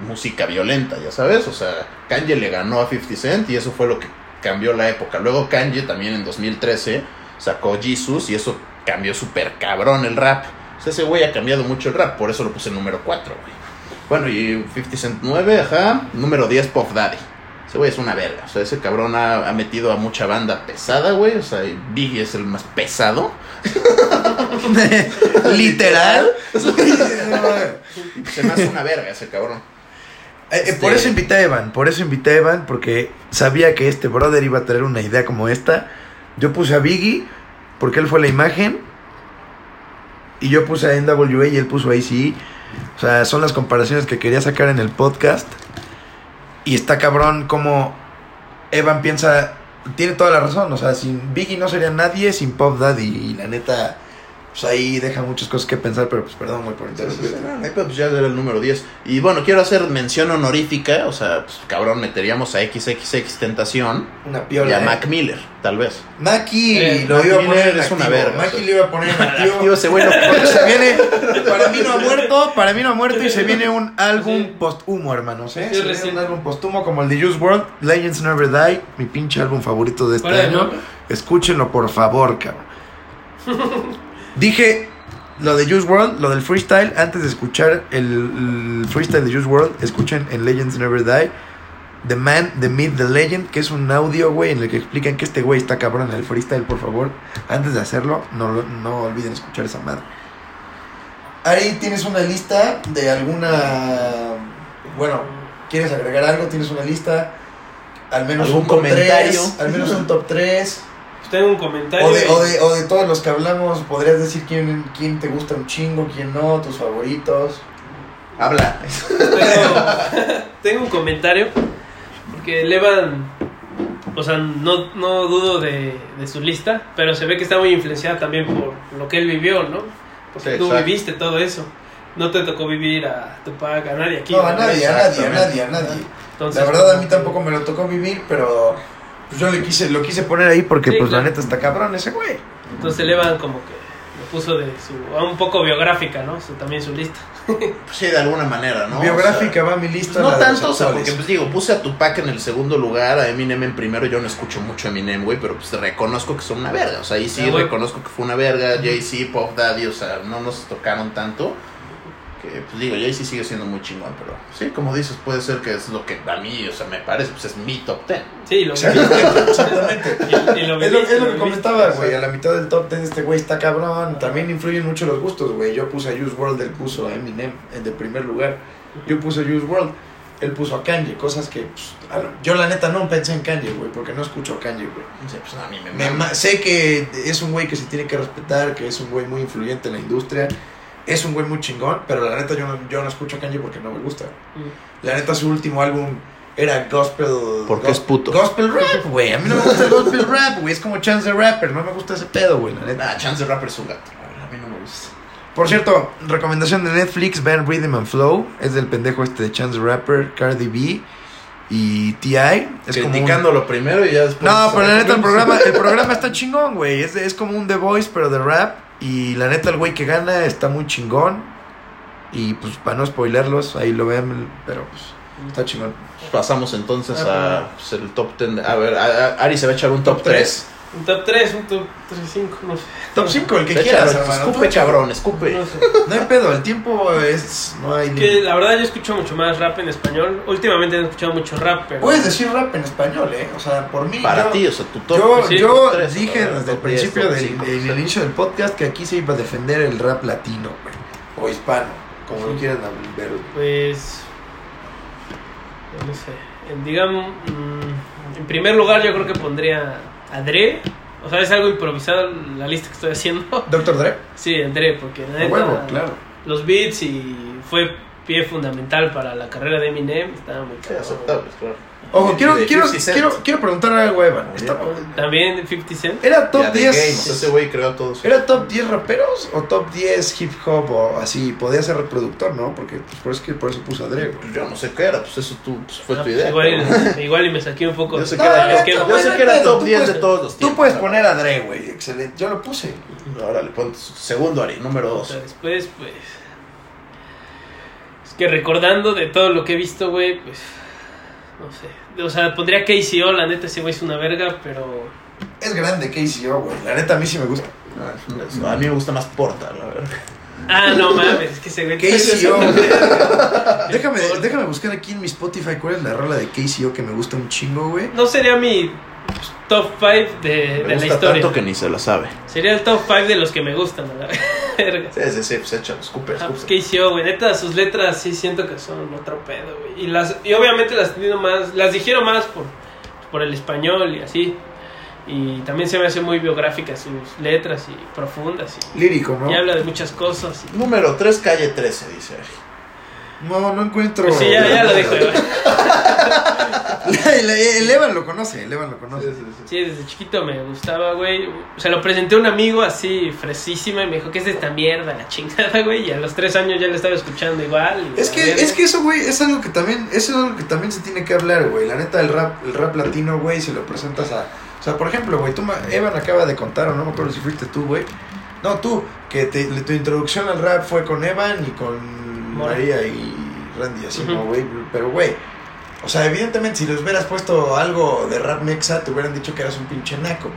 [SPEAKER 2] música violenta, ya sabes, o sea, Kanye le ganó a 50 Cent y eso fue lo que cambió la época. Luego Kanye también en 2013 sacó Jesus y eso cambió súper cabrón el rap. O sea, ese güey ha cambiado mucho el rap, por eso lo puse en número 4, güey. Bueno, y 50 Cent 9, ajá. Número 10, Puff Daddy. Ese güey es una verga. O sea, ese cabrón ha, ha metido a mucha banda pesada, güey. O sea, y Biggie es el más pesado.
[SPEAKER 1] Literal.
[SPEAKER 2] Se me hace una verga ese cabrón.
[SPEAKER 1] Eh, eh, por
[SPEAKER 2] Este-
[SPEAKER 1] eso invité a Evan, por eso invité a Evan, porque sabía que este brother iba a tener una idea como esta. Yo puse a Biggie, porque él fue la imagen. Y yo puse a NWA y él puso a ACE. O sea, son las comparaciones que quería sacar en el podcast. Y está cabrón como Evan piensa, tiene toda la razón. O sea, sin Biggie no sería nadie, sin Pop Daddy. Y la neta, pues ahí deja muchas cosas que pensar, pero pues perdón, güey, por interrumpir.
[SPEAKER 2] Ay, pero pues ya era el número 10. Y bueno, quiero hacer mención honorífica. O sea, pues, cabrón, meteríamos a XXX Tentación
[SPEAKER 1] Una
[SPEAKER 2] y
[SPEAKER 1] piola.
[SPEAKER 2] a
[SPEAKER 1] ¿eh?
[SPEAKER 2] Mac Miller, tal vez.
[SPEAKER 1] Maki
[SPEAKER 3] Eh,
[SPEAKER 1] lo
[SPEAKER 2] Maki
[SPEAKER 1] iba a poner
[SPEAKER 2] Miller
[SPEAKER 1] en
[SPEAKER 2] es una
[SPEAKER 1] activo.
[SPEAKER 2] verga,
[SPEAKER 1] Maki
[SPEAKER 2] sí.
[SPEAKER 1] lo iba a poner en
[SPEAKER 2] Digo,
[SPEAKER 1] activo.
[SPEAKER 2] ese güey lo-
[SPEAKER 1] Porque se viene, para mí no ha muerto, para mí no ha muerto y se viene un álbum
[SPEAKER 3] Sí.
[SPEAKER 1] posthumo, hermanos. ¿eh?
[SPEAKER 3] Sí,
[SPEAKER 1] Se viene
[SPEAKER 3] recién.
[SPEAKER 1] un álbum posthumo como el de Juice World, Legends Never Die, mi pinche álbum favorito de este
[SPEAKER 3] Fuera de
[SPEAKER 1] año.
[SPEAKER 3] nombre.
[SPEAKER 1] Escúchenlo, por favor, cabrón. Dije lo de Juice World, lo del freestyle, antes de escuchar el, el freestyle de Juice World, escuchen en Legends Never Die. The Man, The Myth, The Legend, que es un audio, güey, en el que explican que este güey está cabrón en el freestyle, por favor. Antes de hacerlo, no, lo- no olviden escuchar esa madre. Ari, ¿tienes una lista de alguna... Bueno, ¿quieres agregar algo? ¿Tienes una lista? Al menos
[SPEAKER 2] ¿Algún
[SPEAKER 1] un top
[SPEAKER 2] comentario?
[SPEAKER 1] tres, al menos un top 3.
[SPEAKER 3] Pues tengo un comentario.
[SPEAKER 1] O de,
[SPEAKER 3] y-
[SPEAKER 1] o, de, o de todos los que hablamos, podrías decir quién, quién te gusta un chingo, quién no, tus favoritos.
[SPEAKER 2] Habla.
[SPEAKER 3] Tengo, tengo un comentario. Porque Levan. O sea, no, no dudo de, de su lista. Pero se ve que está muy influenciada también por lo que él vivió, ¿no? Porque
[SPEAKER 2] Sí,
[SPEAKER 3] tú
[SPEAKER 2] exacto.
[SPEAKER 3] viviste todo eso. No te tocó vivir a Tupac, a nadie aquí.
[SPEAKER 1] No, a nadie, a nadie, a nadie,
[SPEAKER 2] Exactamente.
[SPEAKER 1] a nadie.
[SPEAKER 3] Entonces,
[SPEAKER 1] La verdad a
[SPEAKER 3] como
[SPEAKER 1] mí
[SPEAKER 3] que-
[SPEAKER 1] tampoco me lo tocó vivir, pero pues yo le quise, lo quise poner ahí porque
[SPEAKER 3] Sí,
[SPEAKER 1] pues
[SPEAKER 3] claro.
[SPEAKER 1] la neta está cabrón ese güey.
[SPEAKER 3] Entonces Levan como que lo puso de su. a un poco biográfica, ¿no? Su- también su lista.
[SPEAKER 2] Pues sí, de alguna manera, ¿no? O sea,
[SPEAKER 1] Biográfica va mi lista.
[SPEAKER 2] Pues no
[SPEAKER 1] la de los
[SPEAKER 2] tanto, o sea,
[SPEAKER 1] actuales.
[SPEAKER 2] porque pues digo, puse a Tupac en el segundo lugar, a Eminem en primero, yo no escucho mucho a Eminem, güey, pero pues reconozco que son una verga, o sea, ahí sí
[SPEAKER 3] Ah, güey.
[SPEAKER 2] reconozco que fue una verga, Jay-Z, Pop Daddy, o sea, no nos tocaron tanto, que pues digo, Jay-Z sigue siendo muy chingón, pero sí, como dices, puede ser que es lo que a mí, o sea, me parece, pues es mi top ten.
[SPEAKER 3] Sí, lo viviste.
[SPEAKER 1] Exactamente, exactamente.
[SPEAKER 3] y- y lo
[SPEAKER 1] Es lo,
[SPEAKER 3] viviste,
[SPEAKER 1] es lo que
[SPEAKER 3] viviste.
[SPEAKER 1] comentaba, güey. A la mitad del top 10 este güey está cabrón. También influyen mucho los gustos, güey. Yo puse a Juice World, él puso a Eminem en el primer lugar. Yo puse a Juice World, él puso a Kanye. Cosas que pues, a lo- yo la neta no pensé en Kanye, güey, porque no escucho a Kanye, güey.
[SPEAKER 2] O sea, pues a mí me,
[SPEAKER 1] Me
[SPEAKER 2] mama.
[SPEAKER 1] ma- sé que es un güey que se tiene que respetar, que es un güey muy influyente en la industria. Es un güey muy chingón, pero la neta yo no, yo no escucho a Kanye porque no me gusta. La neta su último álbum era gospel.
[SPEAKER 2] Porque es puto.
[SPEAKER 1] Gospel rap, güey. A mí no me gusta el gospel rap, güey. Es como Chance the Rapper. No me gusta ese pedo, güey, la neta.
[SPEAKER 2] Nah, Ah, Chance the Rapper es un gato, la verdad, a mí no me gusta.
[SPEAKER 1] Por cierto, recomendación de Netflix: Van Rhythm and Flow. Es del pendejo este de Chance the Rapper, Cardi B y T.I. Es como un-
[SPEAKER 2] Criticando lo primero y ya después...
[SPEAKER 1] No, pero la neta, el programa, el programa está chingón, güey. Es, de- es como un The Voice, pero de rap. Y la neta, el güey que gana está muy chingón. Y pues, para no spoilerlos, ahí lo ven, pero pues, está chingón.
[SPEAKER 2] Pasamos entonces
[SPEAKER 3] Ah,
[SPEAKER 2] a pues, el top ten, a ver, a- a- Ari se va a echar un top
[SPEAKER 1] Top tres.
[SPEAKER 2] 3.
[SPEAKER 3] Un top 3, un top 3, 5, no sé.
[SPEAKER 1] Top 5, el que
[SPEAKER 2] Ve,
[SPEAKER 1] quieras,
[SPEAKER 2] chabrón,
[SPEAKER 1] hermano.
[SPEAKER 2] Escupe, cabrón, escupe.
[SPEAKER 3] No sé.
[SPEAKER 1] No hay pedo, el tiempo es. No hay.
[SPEAKER 3] Que la verdad yo escucho mucho más rap en español. Últimamente no he escuchado mucho rap, pero...
[SPEAKER 1] Puedes decir rap en español, ¿eh? O sea, por mí.
[SPEAKER 2] Para
[SPEAKER 1] yo-
[SPEAKER 2] ti, o sea, tu top.
[SPEAKER 1] Yo,
[SPEAKER 3] sí,
[SPEAKER 1] yo
[SPEAKER 2] top tres,
[SPEAKER 1] dije
[SPEAKER 2] top
[SPEAKER 1] desde el
[SPEAKER 2] diez,
[SPEAKER 1] principio
[SPEAKER 2] top
[SPEAKER 1] del,
[SPEAKER 2] cinco,
[SPEAKER 1] del
[SPEAKER 2] sí.
[SPEAKER 1] inicio del podcast que aquí se iba a defender el rap latino, güey. O hispano, como lo
[SPEAKER 3] Sí.
[SPEAKER 1] quieran hab- ver.
[SPEAKER 3] Pues... No sé. En, digamos, mm, en primer lugar yo creo que pondría a Dre. O sea, es algo improvisado la lista que estoy haciendo.
[SPEAKER 1] Doctor Dre,
[SPEAKER 3] Sí, a Dre, porque la
[SPEAKER 1] a
[SPEAKER 3] neta,
[SPEAKER 1] huevo, claro.
[SPEAKER 3] los beats y fue pie fundamental para la carrera de Eminem. Estaba muy
[SPEAKER 2] Sí,
[SPEAKER 3] cabrón.
[SPEAKER 2] aceptables, claro.
[SPEAKER 1] Ojo,
[SPEAKER 2] Y
[SPEAKER 1] quiero,
[SPEAKER 2] de
[SPEAKER 1] quiero,
[SPEAKER 2] 50 Cent.
[SPEAKER 1] quiero, quiero preguntar algo a Evan. ¿Está-
[SPEAKER 3] También 50 Cent.
[SPEAKER 1] ¿Era
[SPEAKER 2] Ya
[SPEAKER 1] top
[SPEAKER 2] de Game, o sea,
[SPEAKER 1] 10?
[SPEAKER 2] ese güey creó todo eso.
[SPEAKER 1] ¿Era top 10 raperos o top 10 hip hop o así? Podía ser reproductor, ¿no? Porque pues, por, eso, que- por eso puse a Dre, güey.
[SPEAKER 2] Yo no sé qué era, pues eso tú, pues fue
[SPEAKER 3] Ah,
[SPEAKER 2] tu
[SPEAKER 3] pues
[SPEAKER 2] idea.
[SPEAKER 3] igual,
[SPEAKER 2] cabrón.
[SPEAKER 3] y- igual y me saqué un poco
[SPEAKER 2] Yo sé
[SPEAKER 3] del
[SPEAKER 2] que era,
[SPEAKER 3] esquema.
[SPEAKER 2] yo sé que era top 10 de todos los
[SPEAKER 1] Tú
[SPEAKER 2] tiempos.
[SPEAKER 1] puedes poner a Dre, güey. Excelente. Yo lo puse.
[SPEAKER 2] Ahora le pones segundo Ari, número 2.
[SPEAKER 3] Después, pues. Es que recordando de todo lo que he visto, güey, pues. No sé. O sea, pondría KCO, la neta, ese güey es una verga, pero.
[SPEAKER 1] Es grande KCO, güey. La neta, a mí sí me gusta.
[SPEAKER 2] A mí me gusta más Porta, la verdad.
[SPEAKER 3] Ah, no mames, es que ese güey.
[SPEAKER 1] KCO, güey.
[SPEAKER 3] El
[SPEAKER 1] Déjame,
[SPEAKER 3] Porta.
[SPEAKER 1] déjame buscar aquí en mi Spotify cuál es la rola de KCO que me gusta un chingo, güey.
[SPEAKER 3] No sería mi top 5 de,
[SPEAKER 2] Me
[SPEAKER 3] de la
[SPEAKER 2] gusta
[SPEAKER 3] historia.
[SPEAKER 2] tanto que ni se la sabe.
[SPEAKER 3] Sería el top 5 de los que me gustan, a la verga.
[SPEAKER 2] Sí, sí, sí, pues échalo, escupe,
[SPEAKER 3] Ah, pues,
[SPEAKER 2] escupe.
[SPEAKER 3] ¿Qué hizo, güey? Neta, sus letras sí siento que son otro pedo, güey. Y, las, y obviamente las dijeron más, las dijeron más por, por el español y así. Y también se me hacen muy biográficas sus letras y profundas. Y,
[SPEAKER 1] Lírico, ¿no?
[SPEAKER 3] y habla de muchas cosas. y-
[SPEAKER 2] Número 3, calle 13, dice Ari.
[SPEAKER 1] No, no encuentro.
[SPEAKER 3] Pues sí, ya, ya lo dijo, güey.
[SPEAKER 1] el, el Evan lo conoce, el Evan lo conoce.
[SPEAKER 3] Sí, desde chiquito me gustaba, güey. Se lo presenté a un amigo así, fresísima, y me dijo, ¿qué es esta mierda, la chingada, güey? Y a los tres años ya lo estaba escuchando igual. y
[SPEAKER 1] Es
[SPEAKER 3] la
[SPEAKER 1] que,
[SPEAKER 3] verga.
[SPEAKER 1] es que eso, güey, es algo que también, eso es algo que también se tiene que hablar, güey. La neta, el rap, el rap latino, güey, se lo presentas a. O sea, por ejemplo, güey, tú, ma- Evan acaba de contar, o no me acuerdo si fuiste tú, güey. No, tú, que te- le- tu introducción al rap fue con Evan y con
[SPEAKER 3] Mora.
[SPEAKER 1] María y Randy, así,
[SPEAKER 3] Ujú.
[SPEAKER 1] ¿no, güey? Pero, güey, o sea, evidentemente, si les hubieras puesto algo de rap mexa, te hubieran dicho que eras un pinche naco.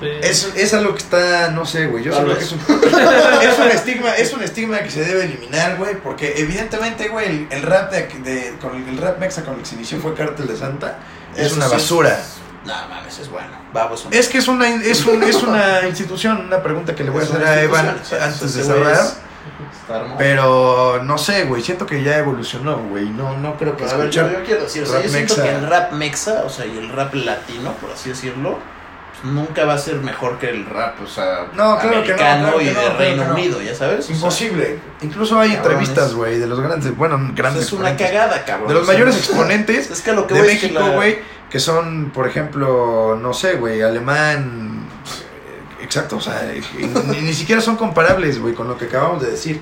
[SPEAKER 3] Pues,
[SPEAKER 1] Es, es algo que está, no sé, güey. Yo
[SPEAKER 2] Tal
[SPEAKER 1] siento que
[SPEAKER 2] vez.
[SPEAKER 1] es un, es un estigma, es un estigma que se debe eliminar, güey. Porque evidentemente, güey, el, el rap de, de- con el, el rap mexa con el que se inició fue Cártel de Santa. Es
[SPEAKER 2] Eso
[SPEAKER 1] una
[SPEAKER 2] sí
[SPEAKER 1] basura.
[SPEAKER 2] No mames, es bueno. Vamos.
[SPEAKER 1] Es que es una in- es, un- es una institución, una pregunta que le voy a
[SPEAKER 2] Es una
[SPEAKER 1] hacer a Evan
[SPEAKER 2] institución, o sea,
[SPEAKER 1] antes
[SPEAKER 2] ese
[SPEAKER 1] de
[SPEAKER 2] este güey
[SPEAKER 1] cerrar.
[SPEAKER 2] es- Está hermoso.
[SPEAKER 1] Pero no sé, güey. Siento que ya evolucionó, güey. No, no creo que
[SPEAKER 2] Pero, a ver, yo,
[SPEAKER 1] escuchar.
[SPEAKER 2] yo quiero decir, o sea,
[SPEAKER 1] rap
[SPEAKER 2] yo siento
[SPEAKER 1] mexa.
[SPEAKER 2] que el rap mexa, o sea, y el rap latino, por así decirlo, pues, nunca va a ser mejor que el rap, o sea,
[SPEAKER 1] No, claro que no,
[SPEAKER 2] americano
[SPEAKER 1] claro que
[SPEAKER 2] y
[SPEAKER 1] no,
[SPEAKER 2] de
[SPEAKER 1] claro
[SPEAKER 2] Reino
[SPEAKER 1] que no.
[SPEAKER 2] Unido, ya sabes.
[SPEAKER 1] Es
[SPEAKER 2] O sea,
[SPEAKER 1] imposible. Incluso hay
[SPEAKER 2] Cabrones.
[SPEAKER 1] entrevistas, güey, de los grandes, bueno, grandes.
[SPEAKER 2] pues, es una
[SPEAKER 1] exponentes.
[SPEAKER 2] cagada, cabrón.
[SPEAKER 1] De los
[SPEAKER 2] o sea,
[SPEAKER 1] mayores
[SPEAKER 2] no-
[SPEAKER 1] exponentes
[SPEAKER 2] Es que lo que
[SPEAKER 1] de
[SPEAKER 2] voy es que
[SPEAKER 1] México,
[SPEAKER 2] la-
[SPEAKER 1] güey, que son, por ejemplo, no sé, güey, alemán. eh, Exacto, o sea, eh, ni, ni siquiera son comparables, güey, con lo que acabamos de decir.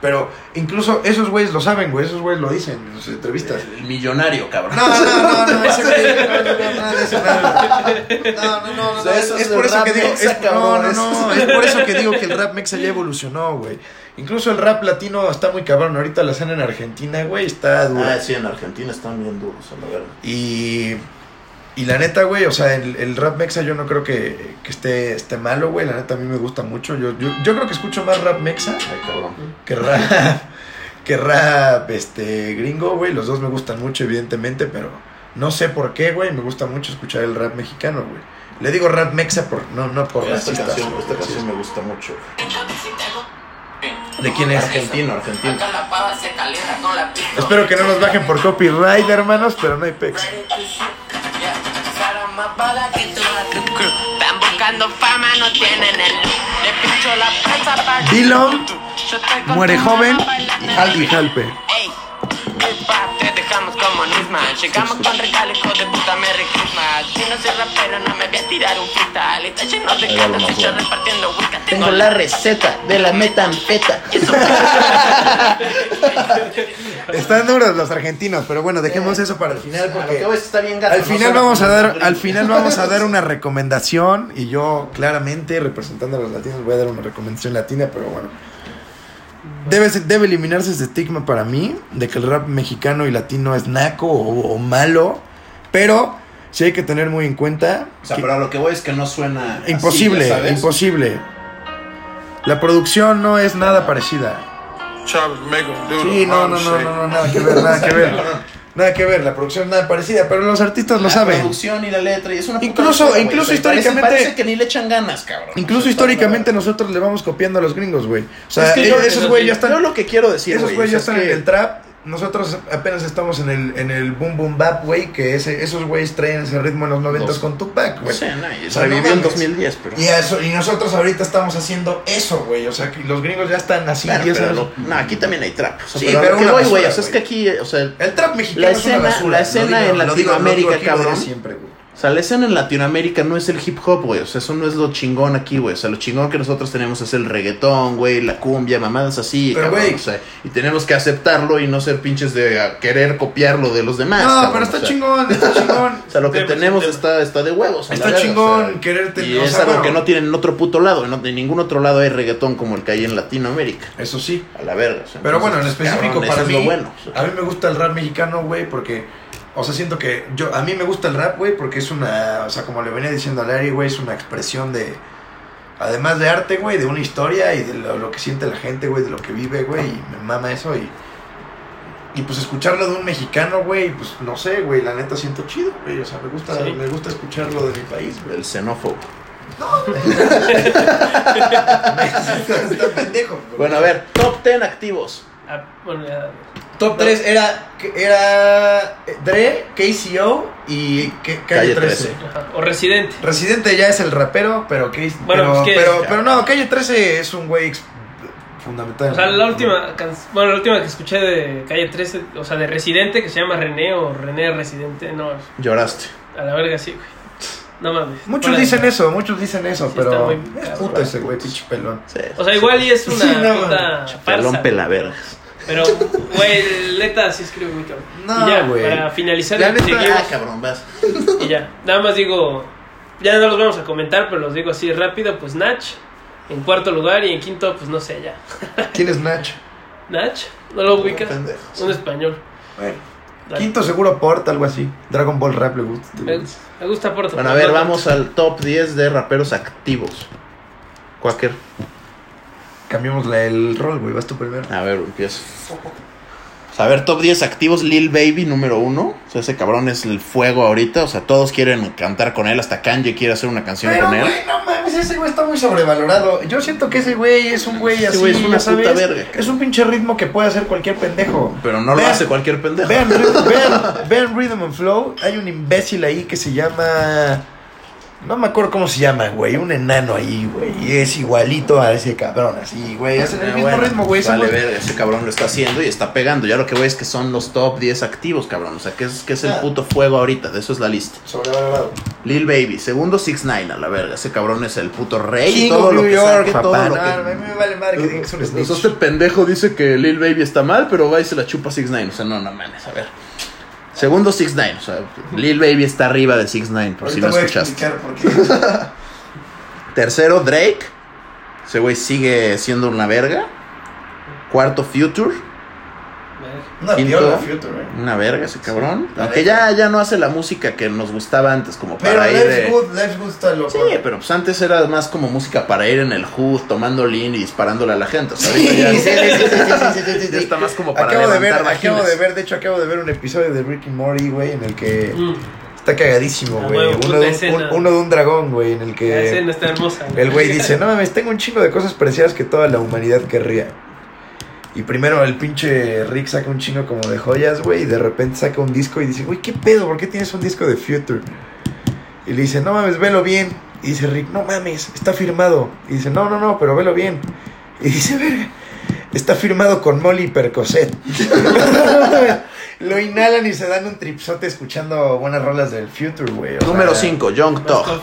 [SPEAKER 1] Pero incluso esos güeyes lo saben, güey, esos güeyes lo dicen en sus entrevistas.
[SPEAKER 2] El millonario, cabrón.
[SPEAKER 1] No, no, no, no, ese güey, no, no, no, ese
[SPEAKER 3] Ah,
[SPEAKER 1] güey. No, no, no, no,
[SPEAKER 2] O sea,
[SPEAKER 1] es,
[SPEAKER 2] eso es
[SPEAKER 1] es por
[SPEAKER 2] el
[SPEAKER 1] eso
[SPEAKER 2] rap
[SPEAKER 1] que digo,
[SPEAKER 2] mexa,
[SPEAKER 1] es, no, no,
[SPEAKER 2] cabrón,
[SPEAKER 1] no, es por eso que digo que el rap mexa ya evolucionó, güey. Incluso el rap latino está muy cabrón. Ahorita la escena en Argentina, güey, está dura.
[SPEAKER 2] Ah, sí, en Argentina están bien duros, a la verga.
[SPEAKER 1] Y, y la neta, güey, o sea, el, el rap mexa yo no creo que, que esté, esté malo, güey. La neta a mí me gusta mucho. Yo, yo, yo creo que escucho más rap mexa
[SPEAKER 2] Ay, cabrón.
[SPEAKER 1] que rap, que rap este, gringo, güey. Los dos me gustan mucho, evidentemente, pero no sé por qué, güey. Me gusta mucho escuchar el rap mexicano, güey. Le digo rap mexa por, no, no por
[SPEAKER 2] Esta
[SPEAKER 1] racistas.
[SPEAKER 2] canción,
[SPEAKER 1] güey,
[SPEAKER 2] esta
[SPEAKER 1] sí.
[SPEAKER 2] canción me gusta mucho.
[SPEAKER 1] ¿De quién es?
[SPEAKER 2] Argentino, argentino.
[SPEAKER 4] la pava se calienta con la pito.
[SPEAKER 1] Espero que no nos bajen por copyright, hermanos, pero no hay pex.
[SPEAKER 4] Yeah. Fueron más bala que toda tu crew. Están buscando fama, no tienen el. Le picho la prensa para que-
[SPEAKER 1] Dillon
[SPEAKER 4] Yo estoy con
[SPEAKER 1] muere
[SPEAKER 4] tu
[SPEAKER 1] joven
[SPEAKER 4] mamá bailando
[SPEAKER 1] y
[SPEAKER 4] en
[SPEAKER 1] Jalpe.
[SPEAKER 4] el- Ey, hip hop, te dejamos como Nisma. Llegamos con regalos, hijo de puta Merry Christmas. Si no soy rapero, no me voy a tirar un freestyle. Está lleno de
[SPEAKER 2] Ahí va lo más
[SPEAKER 4] cartas y yo
[SPEAKER 2] bueno.
[SPEAKER 4] repartiendo whisky.
[SPEAKER 5] Tengo la receta de la metanfeta.
[SPEAKER 1] Están duros los argentinos, pero bueno, dejemos eso para el final porque
[SPEAKER 2] está bien gato,
[SPEAKER 1] al
[SPEAKER 2] no
[SPEAKER 1] final
[SPEAKER 2] suena
[SPEAKER 1] vamos a
[SPEAKER 2] como
[SPEAKER 1] dar
[SPEAKER 2] un
[SPEAKER 1] al
[SPEAKER 2] gringo.
[SPEAKER 1] final vamos a dar una recomendación y yo claramente representando a los latinos voy a dar una recomendación latina, pero bueno. Debe, ser- debe eliminarse ese estigma para mí de que el rap mexicano y latino es naco o, o malo, pero sí hay que tener muy en cuenta.
[SPEAKER 2] O sea,
[SPEAKER 1] que-
[SPEAKER 2] pero a lo que voy es que no suena. así,
[SPEAKER 1] imposible,
[SPEAKER 2] ya ¿sabes?
[SPEAKER 1] imposible. La producción no es nada parecida.
[SPEAKER 6] Chávez, make him do
[SPEAKER 1] Sí,
[SPEAKER 6] the
[SPEAKER 1] no, no, no,
[SPEAKER 6] handshake.
[SPEAKER 1] no, no, nada que ver, nada que ver. Nada que ver, la producción nada parecida, pero los artistas lo
[SPEAKER 2] la
[SPEAKER 1] saben.
[SPEAKER 2] producción y la letra y es una puta
[SPEAKER 1] Incluso-
[SPEAKER 2] locura, güey.
[SPEAKER 1] incluso
[SPEAKER 2] O sea, parece-
[SPEAKER 1] históricamente-
[SPEAKER 2] parece, que ni le echan ganas cabrón O
[SPEAKER 1] Incluso
[SPEAKER 2] sea, está-
[SPEAKER 1] históricamente nosotros le vamos copiando a los gringos, güey. O sea,
[SPEAKER 2] Es que yo-
[SPEAKER 1] ellos- esos güey ya
[SPEAKER 3] yo
[SPEAKER 1] están
[SPEAKER 2] yo lo que quiero decir
[SPEAKER 1] esos
[SPEAKER 2] güey,
[SPEAKER 1] güeyes
[SPEAKER 2] o
[SPEAKER 1] ya
[SPEAKER 2] sea,
[SPEAKER 1] están
[SPEAKER 2] es
[SPEAKER 1] en
[SPEAKER 2] que-
[SPEAKER 1] el trap. Nosotros apenas estamos en el, en el boom boom bap, güey, que ese, esos güeyes traen ese ritmo en los noventas
[SPEAKER 2] Dos.
[SPEAKER 1] con Tupac,
[SPEAKER 2] o
[SPEAKER 1] güey.
[SPEAKER 2] sea, no, y-
[SPEAKER 1] O
[SPEAKER 2] o
[SPEAKER 1] sea,
[SPEAKER 2] sea,
[SPEAKER 1] vivió
[SPEAKER 2] vivió
[SPEAKER 1] en
[SPEAKER 2] en 2010 pero
[SPEAKER 1] Y, eso- y nosotros ahorita estamos haciendo eso, güey. O sea, que los gringos ya están así.
[SPEAKER 2] Claro,
[SPEAKER 1] y eso
[SPEAKER 2] pero
[SPEAKER 1] es-
[SPEAKER 2] lo- no, aquí también hay trap. O sea,
[SPEAKER 1] Sí,
[SPEAKER 2] pero, a
[SPEAKER 1] pero
[SPEAKER 2] lo que
[SPEAKER 1] una
[SPEAKER 2] voy, güey,
[SPEAKER 1] basura,
[SPEAKER 2] o sea, es
[SPEAKER 1] güey.
[SPEAKER 2] que aquí, o sea, el-
[SPEAKER 1] El trap mexicano
[SPEAKER 2] La
[SPEAKER 1] es una
[SPEAKER 2] escena-
[SPEAKER 1] basura.
[SPEAKER 2] la escena
[SPEAKER 1] Lo digo-
[SPEAKER 2] en
[SPEAKER 1] lo digo- lo digo
[SPEAKER 2] Latinoamérica,
[SPEAKER 1] aquí, lo diré
[SPEAKER 2] cabrón.
[SPEAKER 1] Siempre, güey.
[SPEAKER 2] o sea, la escena en Latinoamérica no es el hip hop, güey. O sea, eso no es lo chingón aquí, güey. O sea, lo chingón que nosotros tenemos es el reggaetón, güey, la cumbia, mamadas así,
[SPEAKER 1] Pero,
[SPEAKER 2] cabrón,
[SPEAKER 1] güey.
[SPEAKER 2] o sea, y tenemos que aceptarlo y no ser pinches de ah, querer copiarlo de los demás.
[SPEAKER 1] No,
[SPEAKER 2] Ah, cabrón,
[SPEAKER 1] pero
[SPEAKER 2] o
[SPEAKER 1] está
[SPEAKER 2] sea.
[SPEAKER 1] chingón, está chingón.
[SPEAKER 2] O sea, lo que
[SPEAKER 3] Tema,
[SPEAKER 2] tenemos
[SPEAKER 3] tema.
[SPEAKER 2] está, está de huevos. a la
[SPEAKER 1] Está
[SPEAKER 2] verga,
[SPEAKER 1] chingón
[SPEAKER 2] o sea,
[SPEAKER 1] quererte,
[SPEAKER 2] Y
[SPEAKER 1] o
[SPEAKER 2] es
[SPEAKER 1] sea,
[SPEAKER 2] algo
[SPEAKER 1] bueno.
[SPEAKER 2] que no tienen en otro puto lado. no- en ningún otro lado hay reggaetón como el que hay en Latinoamérica.
[SPEAKER 1] Eso sí.
[SPEAKER 2] A la verga. o sea,
[SPEAKER 1] Pero bueno, en
[SPEAKER 2] entonces,
[SPEAKER 1] específico
[SPEAKER 2] cabrón,
[SPEAKER 1] para
[SPEAKER 2] eso
[SPEAKER 1] mí,
[SPEAKER 2] es lo bueno. o sea.
[SPEAKER 1] a mí me gusta el rap mexicano, güey, porque, o sea, siento que yo, a mí me gusta el rap, güey, porque es una, o sea, como le venía diciendo a Larry, güey, es una expresión de, además de arte, güey, de una historia y de lo, lo que siente la gente, güey, de lo que vive, güey, y me mama eso y, y pues escucharlo de un mexicano, güey, pues no sé, güey, la neta siento chido, güey, o sea, me gusta,
[SPEAKER 3] Sí.
[SPEAKER 1] me gusta escucharlo de mi país, güey.
[SPEAKER 2] El xenófobo.
[SPEAKER 1] Está pendejo. güey.
[SPEAKER 2] Bueno, a ver, top 10 activos.
[SPEAKER 3] Ah, bueno, ya.
[SPEAKER 1] Top 3 era, era Dre, KCO y Calle,
[SPEAKER 2] Calle
[SPEAKER 1] 13.
[SPEAKER 2] 13.
[SPEAKER 3] Ajá. O Residente.
[SPEAKER 1] Residente ya es el rapero, pero que
[SPEAKER 3] Bueno,
[SPEAKER 1] pero,
[SPEAKER 3] pues, ¿qué
[SPEAKER 1] pero,
[SPEAKER 3] es?
[SPEAKER 1] pero no, Calle 13 es un güey ex- fundamental.
[SPEAKER 3] O sea, la última, can- bueno, la última que escuché de Calle 13, o sea, de Residente, que se llama René o René Residente, no,
[SPEAKER 2] Lloraste.
[SPEAKER 3] a la verga sí, güey. No mames.
[SPEAKER 1] Muchos
[SPEAKER 3] Fuera de-
[SPEAKER 1] dicen eso, muchos dicen eso,
[SPEAKER 3] Sí, está
[SPEAKER 1] pero
[SPEAKER 3] muy
[SPEAKER 1] es
[SPEAKER 3] cabrón.
[SPEAKER 1] puto ese güey, pinche pelón.
[SPEAKER 2] Sí.
[SPEAKER 3] O sea, igual y es una
[SPEAKER 1] Sí, no,
[SPEAKER 3] puta
[SPEAKER 2] Pelón
[SPEAKER 3] farsa.
[SPEAKER 2] pela verga.
[SPEAKER 3] Pero, güey, neta, sí escribe muy cabrón.
[SPEAKER 1] No,
[SPEAKER 3] y ya,
[SPEAKER 1] güey.
[SPEAKER 3] para finalizar,
[SPEAKER 1] La neta-
[SPEAKER 3] seguimos
[SPEAKER 2] Ah, cabrón, vas.
[SPEAKER 3] y ya. Nada más digo, ya no los vamos a comentar, pero los digo así rápido, pues Nach, en cuarto lugar, y en quinto, pues no sé, ya.
[SPEAKER 1] ¿Quién es Nach?
[SPEAKER 3] Nach, ¿no lo ubicas?
[SPEAKER 2] pendejo, sí.
[SPEAKER 3] Un español.
[SPEAKER 1] Bueno.
[SPEAKER 3] Dale.
[SPEAKER 1] Quinto seguro Port, algo así. Dragon Ball Rap le gusta.
[SPEAKER 3] Me, me gusta Porto.
[SPEAKER 2] Bueno, a ver, vamos al top 10 de raperos activos. Quaker.
[SPEAKER 1] Cambiamos la- el rol, güey, vas tú primero.
[SPEAKER 2] A ver, empiezo. O sea, A ver, top 10 activos, Lil Baby número uno. O sea, ese cabrón es el fuego ahorita. O sea, todos quieren cantar con él. Hasta Kanye quiere hacer una canción
[SPEAKER 1] Pero,
[SPEAKER 2] con él.
[SPEAKER 1] güey, no mames, ese güey está muy sobrevalorado. Yo siento que ese güey es un güey
[SPEAKER 2] Ese
[SPEAKER 1] así,
[SPEAKER 2] güey es
[SPEAKER 1] ya
[SPEAKER 2] una puta
[SPEAKER 1] sabes,
[SPEAKER 2] verga.
[SPEAKER 1] Es un pinche ritmo que puede hacer cualquier pendejo.
[SPEAKER 2] Pero no lo
[SPEAKER 1] Vean-
[SPEAKER 2] hace cualquier pendejo.
[SPEAKER 1] Vean, Ry- vean, vean Rhythm and Flow. Hay un imbécil ahí que se llama. No me acuerdo cómo se llama, güey. Un enano ahí, güey. Y es igualito a ese cabrón, así, güey. Hacen el
[SPEAKER 2] Ah,
[SPEAKER 1] mismo
[SPEAKER 2] bueno,
[SPEAKER 1] ritmo, güey. son
[SPEAKER 2] Vale,
[SPEAKER 1] los-
[SPEAKER 2] verga, ese cabrón lo está haciendo y está pegando. Ya lo que voy es que son los top 10 activos, cabrón. O sea, que es, que es el
[SPEAKER 1] Ah.
[SPEAKER 2] puto fuego ahorita. De eso es la lista.
[SPEAKER 1] Sobrevalorado.
[SPEAKER 2] Lil Baby, segundo 6 9 a la verga. Ese cabrón es el puto rey.
[SPEAKER 1] King
[SPEAKER 2] todo
[SPEAKER 1] of
[SPEAKER 2] lo
[SPEAKER 1] New
[SPEAKER 2] que
[SPEAKER 1] York,
[SPEAKER 2] saque,
[SPEAKER 1] papá.
[SPEAKER 2] todo lo
[SPEAKER 1] no,
[SPEAKER 2] que-
[SPEAKER 1] a mí me vale madre que digan que es un
[SPEAKER 2] O sea,
[SPEAKER 1] snitch.
[SPEAKER 2] este pendejo dice que Lil Baby está mal, pero va y se la chupa 6 9 O sea, no, no mames, a ver. Segundo 6 9 O sea, Lil Baby está arriba de 6 9 por pues, si
[SPEAKER 1] Ahorita
[SPEAKER 2] no
[SPEAKER 1] voy a
[SPEAKER 2] escuchaste.
[SPEAKER 1] explicar por qué.
[SPEAKER 2] Tercero, Drake. Ese güey sigue siendo una verga. Cuarto, Future.
[SPEAKER 3] Eh,
[SPEAKER 1] No,
[SPEAKER 2] Quinto.
[SPEAKER 1] viola Future, güey.
[SPEAKER 2] Una verga ese cabrón.
[SPEAKER 1] La
[SPEAKER 2] Aunque
[SPEAKER 1] neta.
[SPEAKER 2] ya, ya no hace la música que nos gustaba antes, como
[SPEAKER 1] Pero
[SPEAKER 2] para ir
[SPEAKER 1] Life's
[SPEAKER 2] de.
[SPEAKER 1] Good, Life's Good está loco.
[SPEAKER 2] Sí, pero pues antes era más como música para ir en el hood, tomando lean y disparándole a la gente. o sea,
[SPEAKER 1] Sí,
[SPEAKER 2] ahorita ya,
[SPEAKER 1] sí, sí, sí, sí, sí, sí, sí,
[SPEAKER 2] ya
[SPEAKER 1] sí.
[SPEAKER 2] está más como para
[SPEAKER 1] Acabo de ver,
[SPEAKER 2] levantar
[SPEAKER 1] acabo
[SPEAKER 2] vagines.
[SPEAKER 1] de ver, de hecho acabo de ver un episodio de Rick and Morty, güey, en el que
[SPEAKER 3] Mm,
[SPEAKER 1] está cagadísimo,
[SPEAKER 3] Ah,
[SPEAKER 1] güey.
[SPEAKER 3] güey,
[SPEAKER 1] Uno,
[SPEAKER 3] puta
[SPEAKER 1] de un-
[SPEAKER 3] escena.
[SPEAKER 1] un- uno de un dragón, güey, en el
[SPEAKER 3] la
[SPEAKER 1] que
[SPEAKER 3] eh, escena está hermosa.
[SPEAKER 1] Eh, el güey dice, no mames, tengo un chingo de cosas preciadas que toda la humanidad querría. Y primero el pinche Rick saca un chingo como de joyas, güey, y de repente saca un disco y dice, güey, ¿qué pedo? ¿Por qué tienes un disco de Future? Y le dice, no mames, velo bien. Y dice Rick, no mames, está firmado. Y dice, no, no, no, pero velo bien. Y dice, verga, está firmado con Molly Percocet. Lo inhalan y se dan un tripsote escuchando buenas rolas del Future, güey. o
[SPEAKER 2] Número
[SPEAKER 1] sea,
[SPEAKER 2] 5, Young
[SPEAKER 3] Más
[SPEAKER 2] Tog.
[SPEAKER 3] top.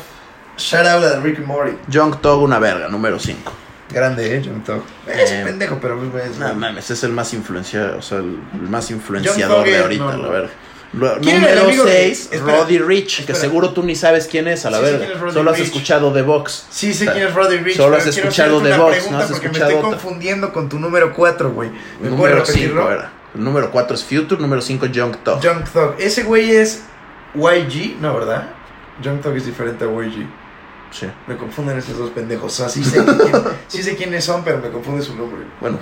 [SPEAKER 1] Shout out a Rick and Morty.
[SPEAKER 2] Young Tog, una verga, número 5.
[SPEAKER 1] Grande, ¿eh? John Tog. Es
[SPEAKER 2] Eh,
[SPEAKER 1] pendejo, pero pues, güey, es-
[SPEAKER 2] No mames, es el más influenciado, o sea, el el más
[SPEAKER 1] Tog
[SPEAKER 2] influenciador de
[SPEAKER 1] es-
[SPEAKER 2] ahorita,
[SPEAKER 1] no,
[SPEAKER 2] la
[SPEAKER 1] no.
[SPEAKER 2] verga. Lo-
[SPEAKER 1] ¿Quién era el
[SPEAKER 2] Número
[SPEAKER 1] amigo de-
[SPEAKER 2] 6,
[SPEAKER 1] Espera,
[SPEAKER 2] Roddy Rich, que
[SPEAKER 1] espera.
[SPEAKER 2] seguro tú ni sabes quién es, a la
[SPEAKER 1] Sí, sí,
[SPEAKER 2] verga.
[SPEAKER 1] quién es Roddy
[SPEAKER 2] Solo has
[SPEAKER 1] Rich.
[SPEAKER 2] escuchado de Vox.
[SPEAKER 1] Sí, sé quién es Roddy Rich.
[SPEAKER 2] Solo
[SPEAKER 1] pero
[SPEAKER 2] has
[SPEAKER 1] quiero
[SPEAKER 2] escuchado
[SPEAKER 1] hacerte
[SPEAKER 2] de
[SPEAKER 1] una
[SPEAKER 2] Vox,
[SPEAKER 1] pregunta
[SPEAKER 2] no has
[SPEAKER 1] porque me
[SPEAKER 2] escuchado
[SPEAKER 1] estoy
[SPEAKER 2] otra.
[SPEAKER 1] confundiendo con tu número 4, güey. ¿Me puedes
[SPEAKER 2] Número 5
[SPEAKER 1] repetirlo?
[SPEAKER 2] era. El número 4 es Future, número 5 Young Tog.
[SPEAKER 1] Junk Thug. Ese güey es YG, no, ¿verdad? Young Thug es diferente a YG.
[SPEAKER 2] Sí.
[SPEAKER 1] Me confunden esos dos pendejos. O sea, sí sé, quién- sí sé quiénes son, pero me confunde su nombre.
[SPEAKER 2] Bueno.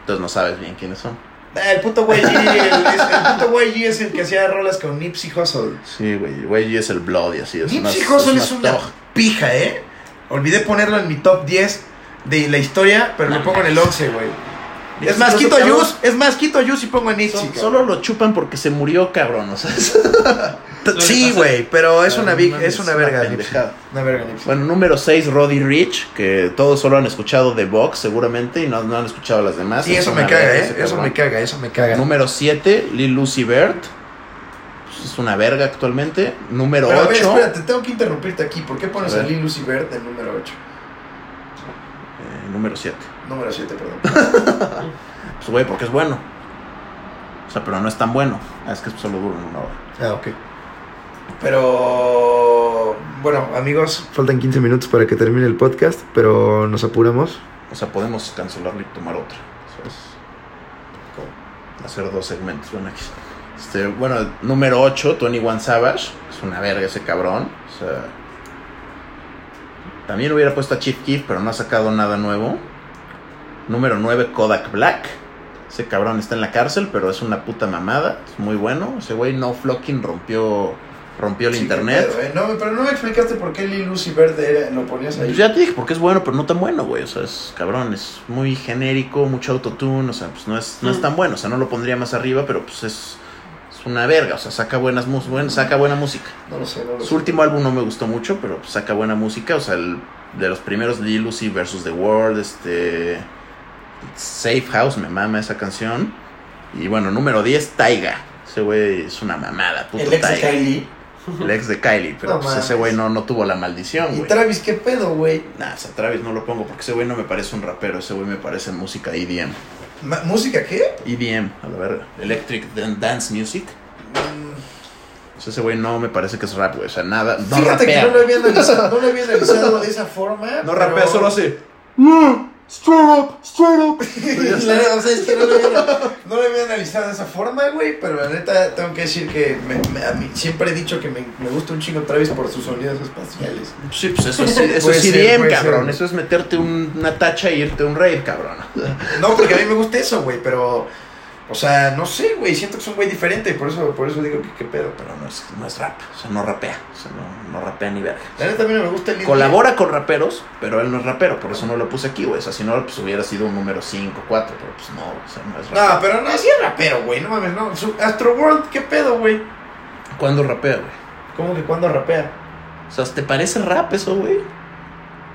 [SPEAKER 2] Entonces no sabes bien quiénes son.
[SPEAKER 1] Ah, el puto YG, el, es- el puto YG es el que hacía rolas con Nipsey Hussle.
[SPEAKER 2] Sí, güey. Güey, es el Blood y así. Es
[SPEAKER 1] Nipsey
[SPEAKER 2] más-
[SPEAKER 1] Hussle
[SPEAKER 2] más
[SPEAKER 1] es una
[SPEAKER 2] toj.
[SPEAKER 1] pija, ¿eh? Olvidé ponerlo en mi top 10 de la historia, pero lo pongo en el 11, güey. Es más,
[SPEAKER 2] Nipsey
[SPEAKER 1] quito
[SPEAKER 2] Hussle,
[SPEAKER 1] Yus, es más, quito Yus y pongo a Nipsey.
[SPEAKER 2] Son-
[SPEAKER 1] cabrón.
[SPEAKER 2] solo lo chupan porque se murió, cabrón. O sea, es-
[SPEAKER 1] T-
[SPEAKER 3] Lo que
[SPEAKER 1] Sí,
[SPEAKER 3] pasa-
[SPEAKER 1] güey, pero es
[SPEAKER 2] Ay,
[SPEAKER 1] una,
[SPEAKER 2] no
[SPEAKER 1] big,
[SPEAKER 2] mames,
[SPEAKER 1] es una
[SPEAKER 2] una
[SPEAKER 1] verga. Nipsey.
[SPEAKER 2] pendejada.
[SPEAKER 1] Una verga, Nipsey.
[SPEAKER 2] Bueno, número 6, Roddy Rich, que todos solo han escuchado de Vox seguramente y no, no han escuchado las demás.
[SPEAKER 1] Sí,
[SPEAKER 2] Es
[SPEAKER 1] eso
[SPEAKER 2] una
[SPEAKER 1] me caga,
[SPEAKER 2] verga
[SPEAKER 1] ¿eh?
[SPEAKER 2] ese
[SPEAKER 1] Eso
[SPEAKER 2] cabrón.
[SPEAKER 1] me caga, eso me caga.
[SPEAKER 2] Número 7, Lil Lucy Bert. Pues es una verga actualmente. Número
[SPEAKER 1] Pero a ver,
[SPEAKER 2] 8.
[SPEAKER 1] espérate, tengo que interrumpirte aquí. ¿Por qué pones
[SPEAKER 2] A
[SPEAKER 1] a
[SPEAKER 2] ver.
[SPEAKER 1] Lil Lucy Verde en número 8?
[SPEAKER 2] eh, número 7.
[SPEAKER 1] Número 7, perdón.
[SPEAKER 2] Pues, güey, porque es bueno. O sea, pero no es tan bueno. Ah, es que solo dura una hora.
[SPEAKER 1] ah, ok. Pero. Bueno, amigos. Faltan 15 minutos para que termine el podcast, pero nos apuramos.
[SPEAKER 2] O sea, podemos cancelarlo y tomar otra. O sea, es como hacer dos segmentos. Bueno, aquí. Este, bueno, número 8, Tony One Savage. Es una verga ese cabrón. O sea. También hubiera puesto a Chief Keef, pero no ha sacado nada nuevo. Número 9, Kodak Black. Ese cabrón está en la cárcel, pero es una puta mamada. Es muy bueno. Ese güey no flocking rompió, rompió el
[SPEAKER 1] Sí,
[SPEAKER 2] internet.
[SPEAKER 1] Pero, eh, no, pero no me explicaste por qué Lil Lucy Verde era- lo ponías ahí.
[SPEAKER 2] Pues ya te dije, porque es bueno, pero no tan bueno, güey. O sea, es cabrón, es muy genérico, mucho autotune, o sea, pues no es, no es tan bueno. O sea, no lo pondría más arriba, pero pues es, es una verga. O sea, saca, buenas mus buen- saca buena música.
[SPEAKER 1] No lo sé, no lo sé.
[SPEAKER 2] Su último álbum no me gustó mucho, pero pues, saca buena música. O sea, el, de los primeros Lil Uzi versus The World, este. Safe House, me mama esa canción. Y bueno, número 10, Taiga. Ese güey es una mamada, puto
[SPEAKER 1] El ex de
[SPEAKER 2] Taiga.
[SPEAKER 1] Kylie.
[SPEAKER 2] El ex de Kylie, pero
[SPEAKER 1] No
[SPEAKER 2] pues ese
[SPEAKER 1] mames.
[SPEAKER 2] güey no, no tuvo la maldición,
[SPEAKER 1] Y
[SPEAKER 2] güey.
[SPEAKER 1] Travis, ¿qué pedo, güey?
[SPEAKER 2] Nah, o sea, Travis no lo pongo porque ese güey no me parece un rapero, ese güey me parece música E EDM.
[SPEAKER 1] Ma- ¿Música qué?
[SPEAKER 2] EDM, E a la verga. Electric Dan- Dance Music.
[SPEAKER 1] Mm,
[SPEAKER 2] O sea, ese güey no me parece que es rap, güey. O sea, nada. No
[SPEAKER 1] Fíjate
[SPEAKER 2] rapea.
[SPEAKER 1] que no lo había analizado, no lo había analizado de esa forma.
[SPEAKER 2] No
[SPEAKER 1] pero-
[SPEAKER 2] rapea, solo hace. Mm,
[SPEAKER 1] Claro, o sea, es que no lo, había, no lo había analizado de esa forma, güey, pero la neta tengo que decir que me- me- a mí siempre he dicho que me, me gusta un chingo Travis por sus sonidos espaciales.
[SPEAKER 2] Sí, pues eso es, eso
[SPEAKER 1] Puede
[SPEAKER 2] es
[SPEAKER 1] ser,
[SPEAKER 2] EDM,
[SPEAKER 1] puede
[SPEAKER 2] cabrón.
[SPEAKER 1] ser.
[SPEAKER 2] Eso es meterte un- una tacha e irte a un rave, cabrón.
[SPEAKER 1] No, porque a mí me gusta eso, güey, pero, o sea, no sé, güey, siento que es un güey diferente, por eso, por eso digo que qué pedo.
[SPEAKER 2] Pero no es, no es rap, o sea, no rapea. O sea, no, no rapea ni verga.
[SPEAKER 1] La neta a mí no me gusta el Lil
[SPEAKER 2] Colabora con raperos, pero él no es rapero, por eso no lo puse aquí, güey. O sea, si no, pues hubiera sido un número 5, 4, pero pues no, o sea, no es
[SPEAKER 1] Yachty. No,
[SPEAKER 2] rap.
[SPEAKER 1] pero no, sí es rapero, güey, no mames, no. Su- Astro World, qué pedo, güey.
[SPEAKER 2] ¿Cuándo rapea, güey?
[SPEAKER 1] ¿Cómo que cuando rapea?
[SPEAKER 2] O sea, ¿te parece rap eso, güey?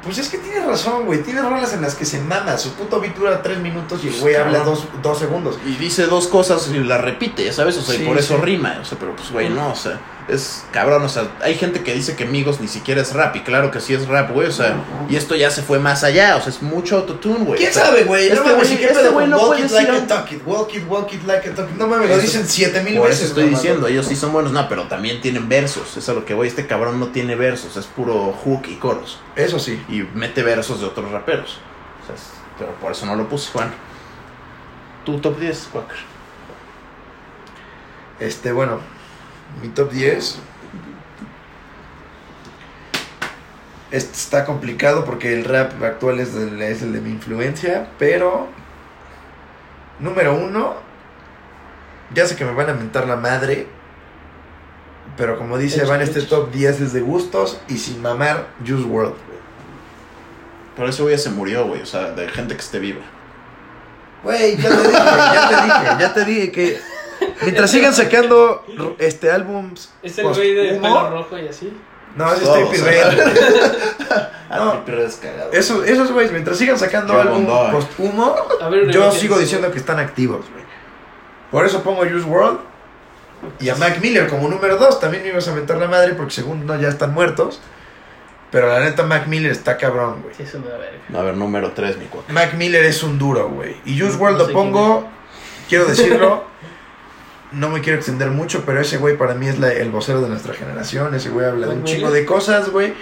[SPEAKER 1] Pues es que tienes razón, güey. Tienes rolas en las que se mama. Su puto beat dura tres minutos
[SPEAKER 2] Pues
[SPEAKER 1] y el güey habla dos, dos segundos.
[SPEAKER 2] Y dice dos cosas y las repite, ya sabes, o sea,
[SPEAKER 1] Sí,
[SPEAKER 2] y por eso
[SPEAKER 1] sí.
[SPEAKER 2] rima, o sea, pero pues, güey, no, o sea, es cabrón, o sea, hay gente que dice que Migos ni siquiera es rap, y claro que sí es rap, güey, o sea, y esto ya se fue más allá, o sea, es mucho autotune, güey.
[SPEAKER 1] ¿Quién
[SPEAKER 2] o sea,
[SPEAKER 1] sabe, güey?
[SPEAKER 2] este
[SPEAKER 1] No mames,
[SPEAKER 2] güey-
[SPEAKER 1] ¿y ¿qué
[SPEAKER 2] este
[SPEAKER 1] pedo
[SPEAKER 2] güey
[SPEAKER 1] con
[SPEAKER 2] no
[SPEAKER 1] walk
[SPEAKER 2] puede
[SPEAKER 1] it
[SPEAKER 2] decir
[SPEAKER 1] like
[SPEAKER 2] algo.
[SPEAKER 1] a tuck it? Walk it, walk it like a tuck it. No mames, lo
[SPEAKER 2] Eso-
[SPEAKER 1] dicen siete mil
[SPEAKER 2] Por
[SPEAKER 1] veces.
[SPEAKER 2] eso estoy
[SPEAKER 1] mamá.
[SPEAKER 2] diciendo, ellos sí son buenos, no, pero también tienen versos, es a lo que voy, este cabrón no tiene versos, es puro hook y coros,
[SPEAKER 1] Eso sí.
[SPEAKER 2] y mete versos de otros raperos, o sea, es- pero por eso no lo puse, Juan. Tu top 10, Quaker.
[SPEAKER 1] Este, bueno. Mi top 10. Este está complicado porque el rap actual es, del- es el de mi influencia, pero. Número uno. Ya sé que me van a mentar la madre. Pero como dice
[SPEAKER 3] Hechos,
[SPEAKER 1] Van, este
[SPEAKER 3] hechos.
[SPEAKER 1] top 10 es de gustos y sin mamar, Juice World.
[SPEAKER 2] Pero ese güey ya se murió, güey, o sea, de gente que esté viva.
[SPEAKER 1] Güey, ya te dije, ya te dije, ya te dije que mientras sigan sacando este álbums
[SPEAKER 3] Es el güey de
[SPEAKER 1] póstumo-
[SPEAKER 3] pelo rojo y así.
[SPEAKER 1] No, ese
[SPEAKER 2] Todos,
[SPEAKER 1] es Trippie Red. No.
[SPEAKER 2] Ah, pero es cagado.
[SPEAKER 1] Eso- esos güeyes, mientras sigan sacando
[SPEAKER 2] Qué
[SPEAKER 1] álbum
[SPEAKER 2] bondad.
[SPEAKER 1] posthumo,
[SPEAKER 3] A ver,
[SPEAKER 1] yo
[SPEAKER 3] Enrique,
[SPEAKER 1] sigo diciendo que están activos, güey. Por eso pongo Use World y a Mac Miller como número 2. También me ibas a meter la madre porque según no ya están muertos. Pero la neta, Mac Miller está cabrón, güey.
[SPEAKER 3] Sí, es una verga.
[SPEAKER 2] A ver, número 3, mi cuate.
[SPEAKER 1] Mac Miller es un duro, güey. Y Juice
[SPEAKER 3] No
[SPEAKER 1] WRLD lo
[SPEAKER 3] sé
[SPEAKER 1] pongo, quiero decirlo, no me quiero extender mucho, pero ese güey para mí es la- el vocero de nuestra generación. Ese güey habla de un
[SPEAKER 3] Mac
[SPEAKER 1] chingo
[SPEAKER 3] Miller.
[SPEAKER 1] de cosas, güey,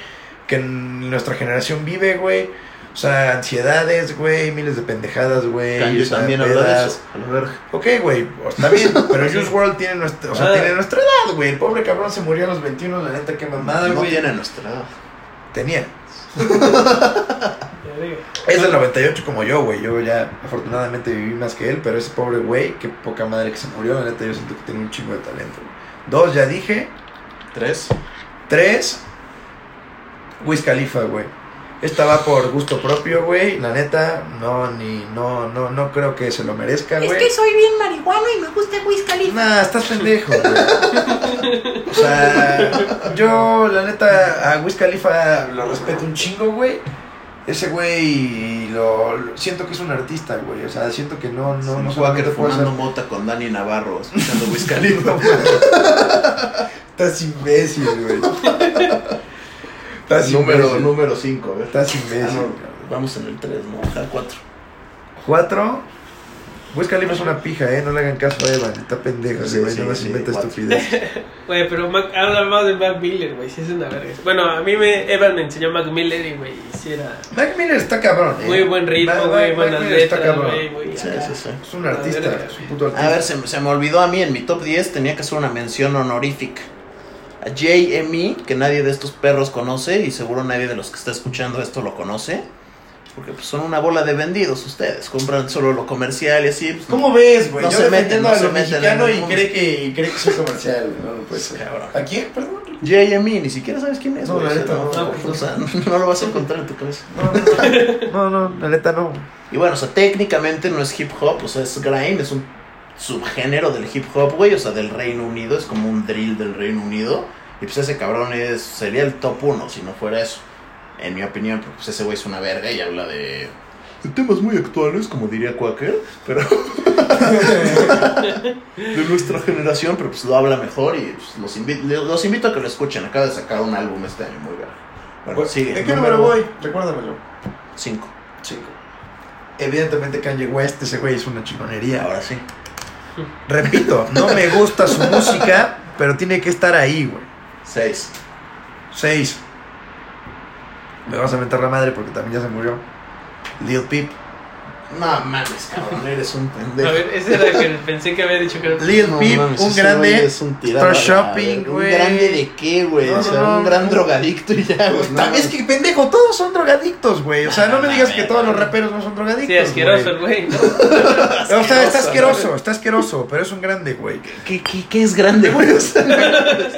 [SPEAKER 1] que en nuestra generación vive, güey. O sea, ansiedades, güey, miles de pendejadas, güey. o
[SPEAKER 2] Kanye
[SPEAKER 1] sea,
[SPEAKER 2] también habló de
[SPEAKER 1] pedas.
[SPEAKER 2] eso. A la verga.
[SPEAKER 1] Ok, güey, o- está bien, pero Juice WRLD tiene nuestra, o sea,
[SPEAKER 3] Ah.
[SPEAKER 1] tiene nuestra edad, güey. El pobre cabrón se murió a los 21, la neta, qué mamada,
[SPEAKER 2] no
[SPEAKER 1] güey.
[SPEAKER 2] tiene nuestra edad.
[SPEAKER 1] Tenía.
[SPEAKER 3] Ya digo.
[SPEAKER 1] Es del 98 como yo, güey. Yo ya afortunadamente viví más que él, pero ese pobre güey, qué poca madre que se murió, la neta, yo siento que tiene un chingo de talento. güey. Dos, ya dije.
[SPEAKER 2] ¿Tres?
[SPEAKER 1] Tres, Wiz Khalifa, güey. Esta va por gusto propio, güey. La neta, no, ni, no, no, no creo que se lo merezca, güey.
[SPEAKER 5] soy bien marihuano y me gusta Wiz Khalifa.
[SPEAKER 1] Nah, estás pendejo, güey. O sea, yo, la neta, a Wiz Khalifa lo respeto un chingo, güey. Ese güey, lo, lo- siento que es un artista, güey. O sea, siento que no, no, no
[SPEAKER 2] no
[SPEAKER 1] solamente puede
[SPEAKER 2] fumando
[SPEAKER 1] ser-
[SPEAKER 2] mota con Dani Navarro, escuchando Wiz Khalifa.
[SPEAKER 1] Estás imbécil, güey. Estás
[SPEAKER 2] número,
[SPEAKER 1] imbécil.
[SPEAKER 2] número cinco, a ver.
[SPEAKER 1] Estás
[SPEAKER 2] Ah,
[SPEAKER 1] imbécil.
[SPEAKER 2] no,
[SPEAKER 1] cabrón.
[SPEAKER 2] vamos en el tres, ¿no? Ajá, cuatro.
[SPEAKER 1] Cuatro. Wiz Khalifa es una pija, eh. No le hagan caso a Evan. Está pendeja,
[SPEAKER 2] Sí,
[SPEAKER 1] güey.
[SPEAKER 2] sí,
[SPEAKER 1] no más
[SPEAKER 2] sí,
[SPEAKER 1] inventa
[SPEAKER 2] cuatro.
[SPEAKER 1] estupidez.
[SPEAKER 3] Güey, pero Mac, habla más de Mac Miller, güey, sí es una verga. Bueno, a mí me, Evan me enseñó Mac Miller y, güey, sí era
[SPEAKER 1] Mac Miller está cabrón, eh.
[SPEAKER 3] muy buen ritmo,
[SPEAKER 1] Mac-
[SPEAKER 3] güey,
[SPEAKER 1] Mac
[SPEAKER 3] buenas
[SPEAKER 1] Miller está
[SPEAKER 3] letras,
[SPEAKER 1] cabrón.
[SPEAKER 3] güey, muy
[SPEAKER 2] Sí,
[SPEAKER 3] acá.
[SPEAKER 2] sí, sí.
[SPEAKER 1] Es un artista, es un puto artista.
[SPEAKER 2] A ver, se, me- se me olvidó a mí en mi top 10 tenía que hacer una mención honorífica. A JME, que nadie de estos perros conoce y seguro nadie de los que está escuchando esto lo conoce. Porque pues, son una bola de vendidos ustedes, compran solo lo comercial y así. pues,
[SPEAKER 1] ¿Cómo ves, güey?
[SPEAKER 2] No
[SPEAKER 1] Yo
[SPEAKER 2] se meten,
[SPEAKER 1] defendiendo
[SPEAKER 2] no
[SPEAKER 1] a
[SPEAKER 2] se
[SPEAKER 1] lo
[SPEAKER 2] meten en
[SPEAKER 1] mexicano y
[SPEAKER 2] ningún-
[SPEAKER 1] cree que, y cree que soy comercial. güey. No, pues,
[SPEAKER 2] Cabrón.
[SPEAKER 1] ¿A quién? Perdón.
[SPEAKER 2] JME, ni siquiera sabes quién es.
[SPEAKER 1] No,
[SPEAKER 2] güey,
[SPEAKER 1] la
[SPEAKER 2] o sea,
[SPEAKER 1] neta,
[SPEAKER 2] no,
[SPEAKER 1] no.
[SPEAKER 2] no, o sea, no lo vas a encontrar en tu cabeza.
[SPEAKER 1] No, no, la neta no.
[SPEAKER 2] Y bueno, o sea, técnicamente no es hip hop, o sea, es grime, es un subgénero del hip hop, güey, o sea, del Reino Unido, es como un drill del Reino Unido. Y pues ese cabrón es, sería el top uno si no fuera eso, en mi opinión, porque pues ese güey es una verga y habla de, de temas muy actuales, como diría Quaker, pero de nuestra generación, pero pues lo habla mejor y pues, los, invito, los invito a que lo escuchen. Acaba de sacar un álbum este año muy verga. Bueno,
[SPEAKER 1] Pues,
[SPEAKER 2] sigue.
[SPEAKER 1] ¿En qué número voy? Recuérdamelo.
[SPEAKER 2] 5.
[SPEAKER 1] Chico. Evidentemente Kanye West, ese güey es una chingonería.
[SPEAKER 2] Ahora sí.
[SPEAKER 1] Repito, no me gusta su música, pero tiene que estar ahí, güey.
[SPEAKER 2] 6.
[SPEAKER 1] Seis. Me vas a mentar la madre porque también ya se murió. Lil Peep.
[SPEAKER 2] No mames, cabrón, eres un pendejo.
[SPEAKER 3] A ver, ese era el que pensé que había dicho que era...
[SPEAKER 1] Lil
[SPEAKER 2] No
[SPEAKER 1] Peep,
[SPEAKER 2] mames,
[SPEAKER 1] un
[SPEAKER 2] ese güey
[SPEAKER 1] grande.
[SPEAKER 2] es un tirado
[SPEAKER 1] Star
[SPEAKER 2] a la
[SPEAKER 1] Shopping,
[SPEAKER 2] verga.
[SPEAKER 1] güey.
[SPEAKER 2] ¿Un grande de qué, güey?
[SPEAKER 1] No,
[SPEAKER 2] o sea,
[SPEAKER 1] no,
[SPEAKER 2] un
[SPEAKER 1] no.
[SPEAKER 2] gran drogadicto y ya, güey.
[SPEAKER 1] Pues también es que pendejo, todos son drogadictos, güey. O sea, no me digas que todos los raperos no son drogadictos.
[SPEAKER 3] Sí, asqueroso el
[SPEAKER 1] güey.
[SPEAKER 3] güey, ¿no?
[SPEAKER 1] O sea,
[SPEAKER 2] asqueroso,
[SPEAKER 1] está asqueroso, está asqueroso, pero es un grande, güey.
[SPEAKER 2] ¿Qué, qué, qué es grande, güey? O sea,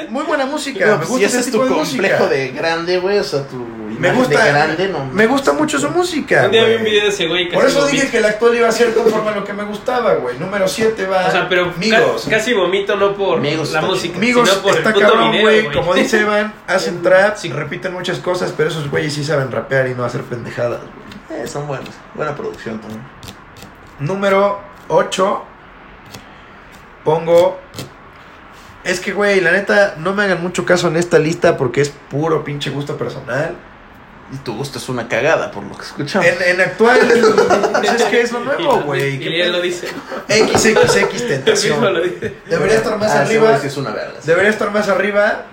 [SPEAKER 1] Muy buena música,
[SPEAKER 2] no,
[SPEAKER 1] me
[SPEAKER 2] pues,
[SPEAKER 1] gusta
[SPEAKER 2] si ese
[SPEAKER 1] ese
[SPEAKER 2] es
[SPEAKER 1] tipo
[SPEAKER 2] tu
[SPEAKER 1] de
[SPEAKER 2] complejo
[SPEAKER 1] música.
[SPEAKER 2] de grande, güey. O sea, tu
[SPEAKER 1] Me
[SPEAKER 2] imagen
[SPEAKER 1] gusta,
[SPEAKER 2] de grande, no.
[SPEAKER 1] me gusta mucho su música.
[SPEAKER 3] Un día vi
[SPEAKER 1] güey.
[SPEAKER 3] un video de ese güey que
[SPEAKER 1] Por
[SPEAKER 3] se
[SPEAKER 1] eso
[SPEAKER 3] vomita.
[SPEAKER 1] dije que el actual iba a ser conforme a lo que me gustaba, güey. Número 7 va.
[SPEAKER 3] O sea, pero ca-
[SPEAKER 1] amigos.
[SPEAKER 3] casi vomito no por
[SPEAKER 2] Amigos
[SPEAKER 3] la
[SPEAKER 2] está
[SPEAKER 3] música,
[SPEAKER 1] Amigos,
[SPEAKER 3] sino por
[SPEAKER 1] está
[SPEAKER 3] el puto
[SPEAKER 1] cabrón,
[SPEAKER 3] video,
[SPEAKER 1] güey. Como dice Evan, hacen trap,
[SPEAKER 3] Sí.
[SPEAKER 1] repiten muchas cosas, pero esos güeyes sí saben rapear y no hacer pendejadas, güey.
[SPEAKER 2] Eh, son buenos. Buena producción también.
[SPEAKER 1] Número 8. Pongo. Es que, güey, la neta, no me hagan mucho caso en esta lista porque es puro pinche gusto personal.
[SPEAKER 2] Y tu gusto es una cagada, por lo que escuchamos.
[SPEAKER 1] En, en actual, pues es que es lo nuevo, güey.
[SPEAKER 3] Y él lo dice.
[SPEAKER 1] XXX
[SPEAKER 3] Él mismo lo
[SPEAKER 1] tentación.
[SPEAKER 3] dice.
[SPEAKER 1] Debería estar más
[SPEAKER 2] Ah, ese
[SPEAKER 1] arriba.
[SPEAKER 2] güey sí es una verga. sí.
[SPEAKER 1] Debería estar más arriba,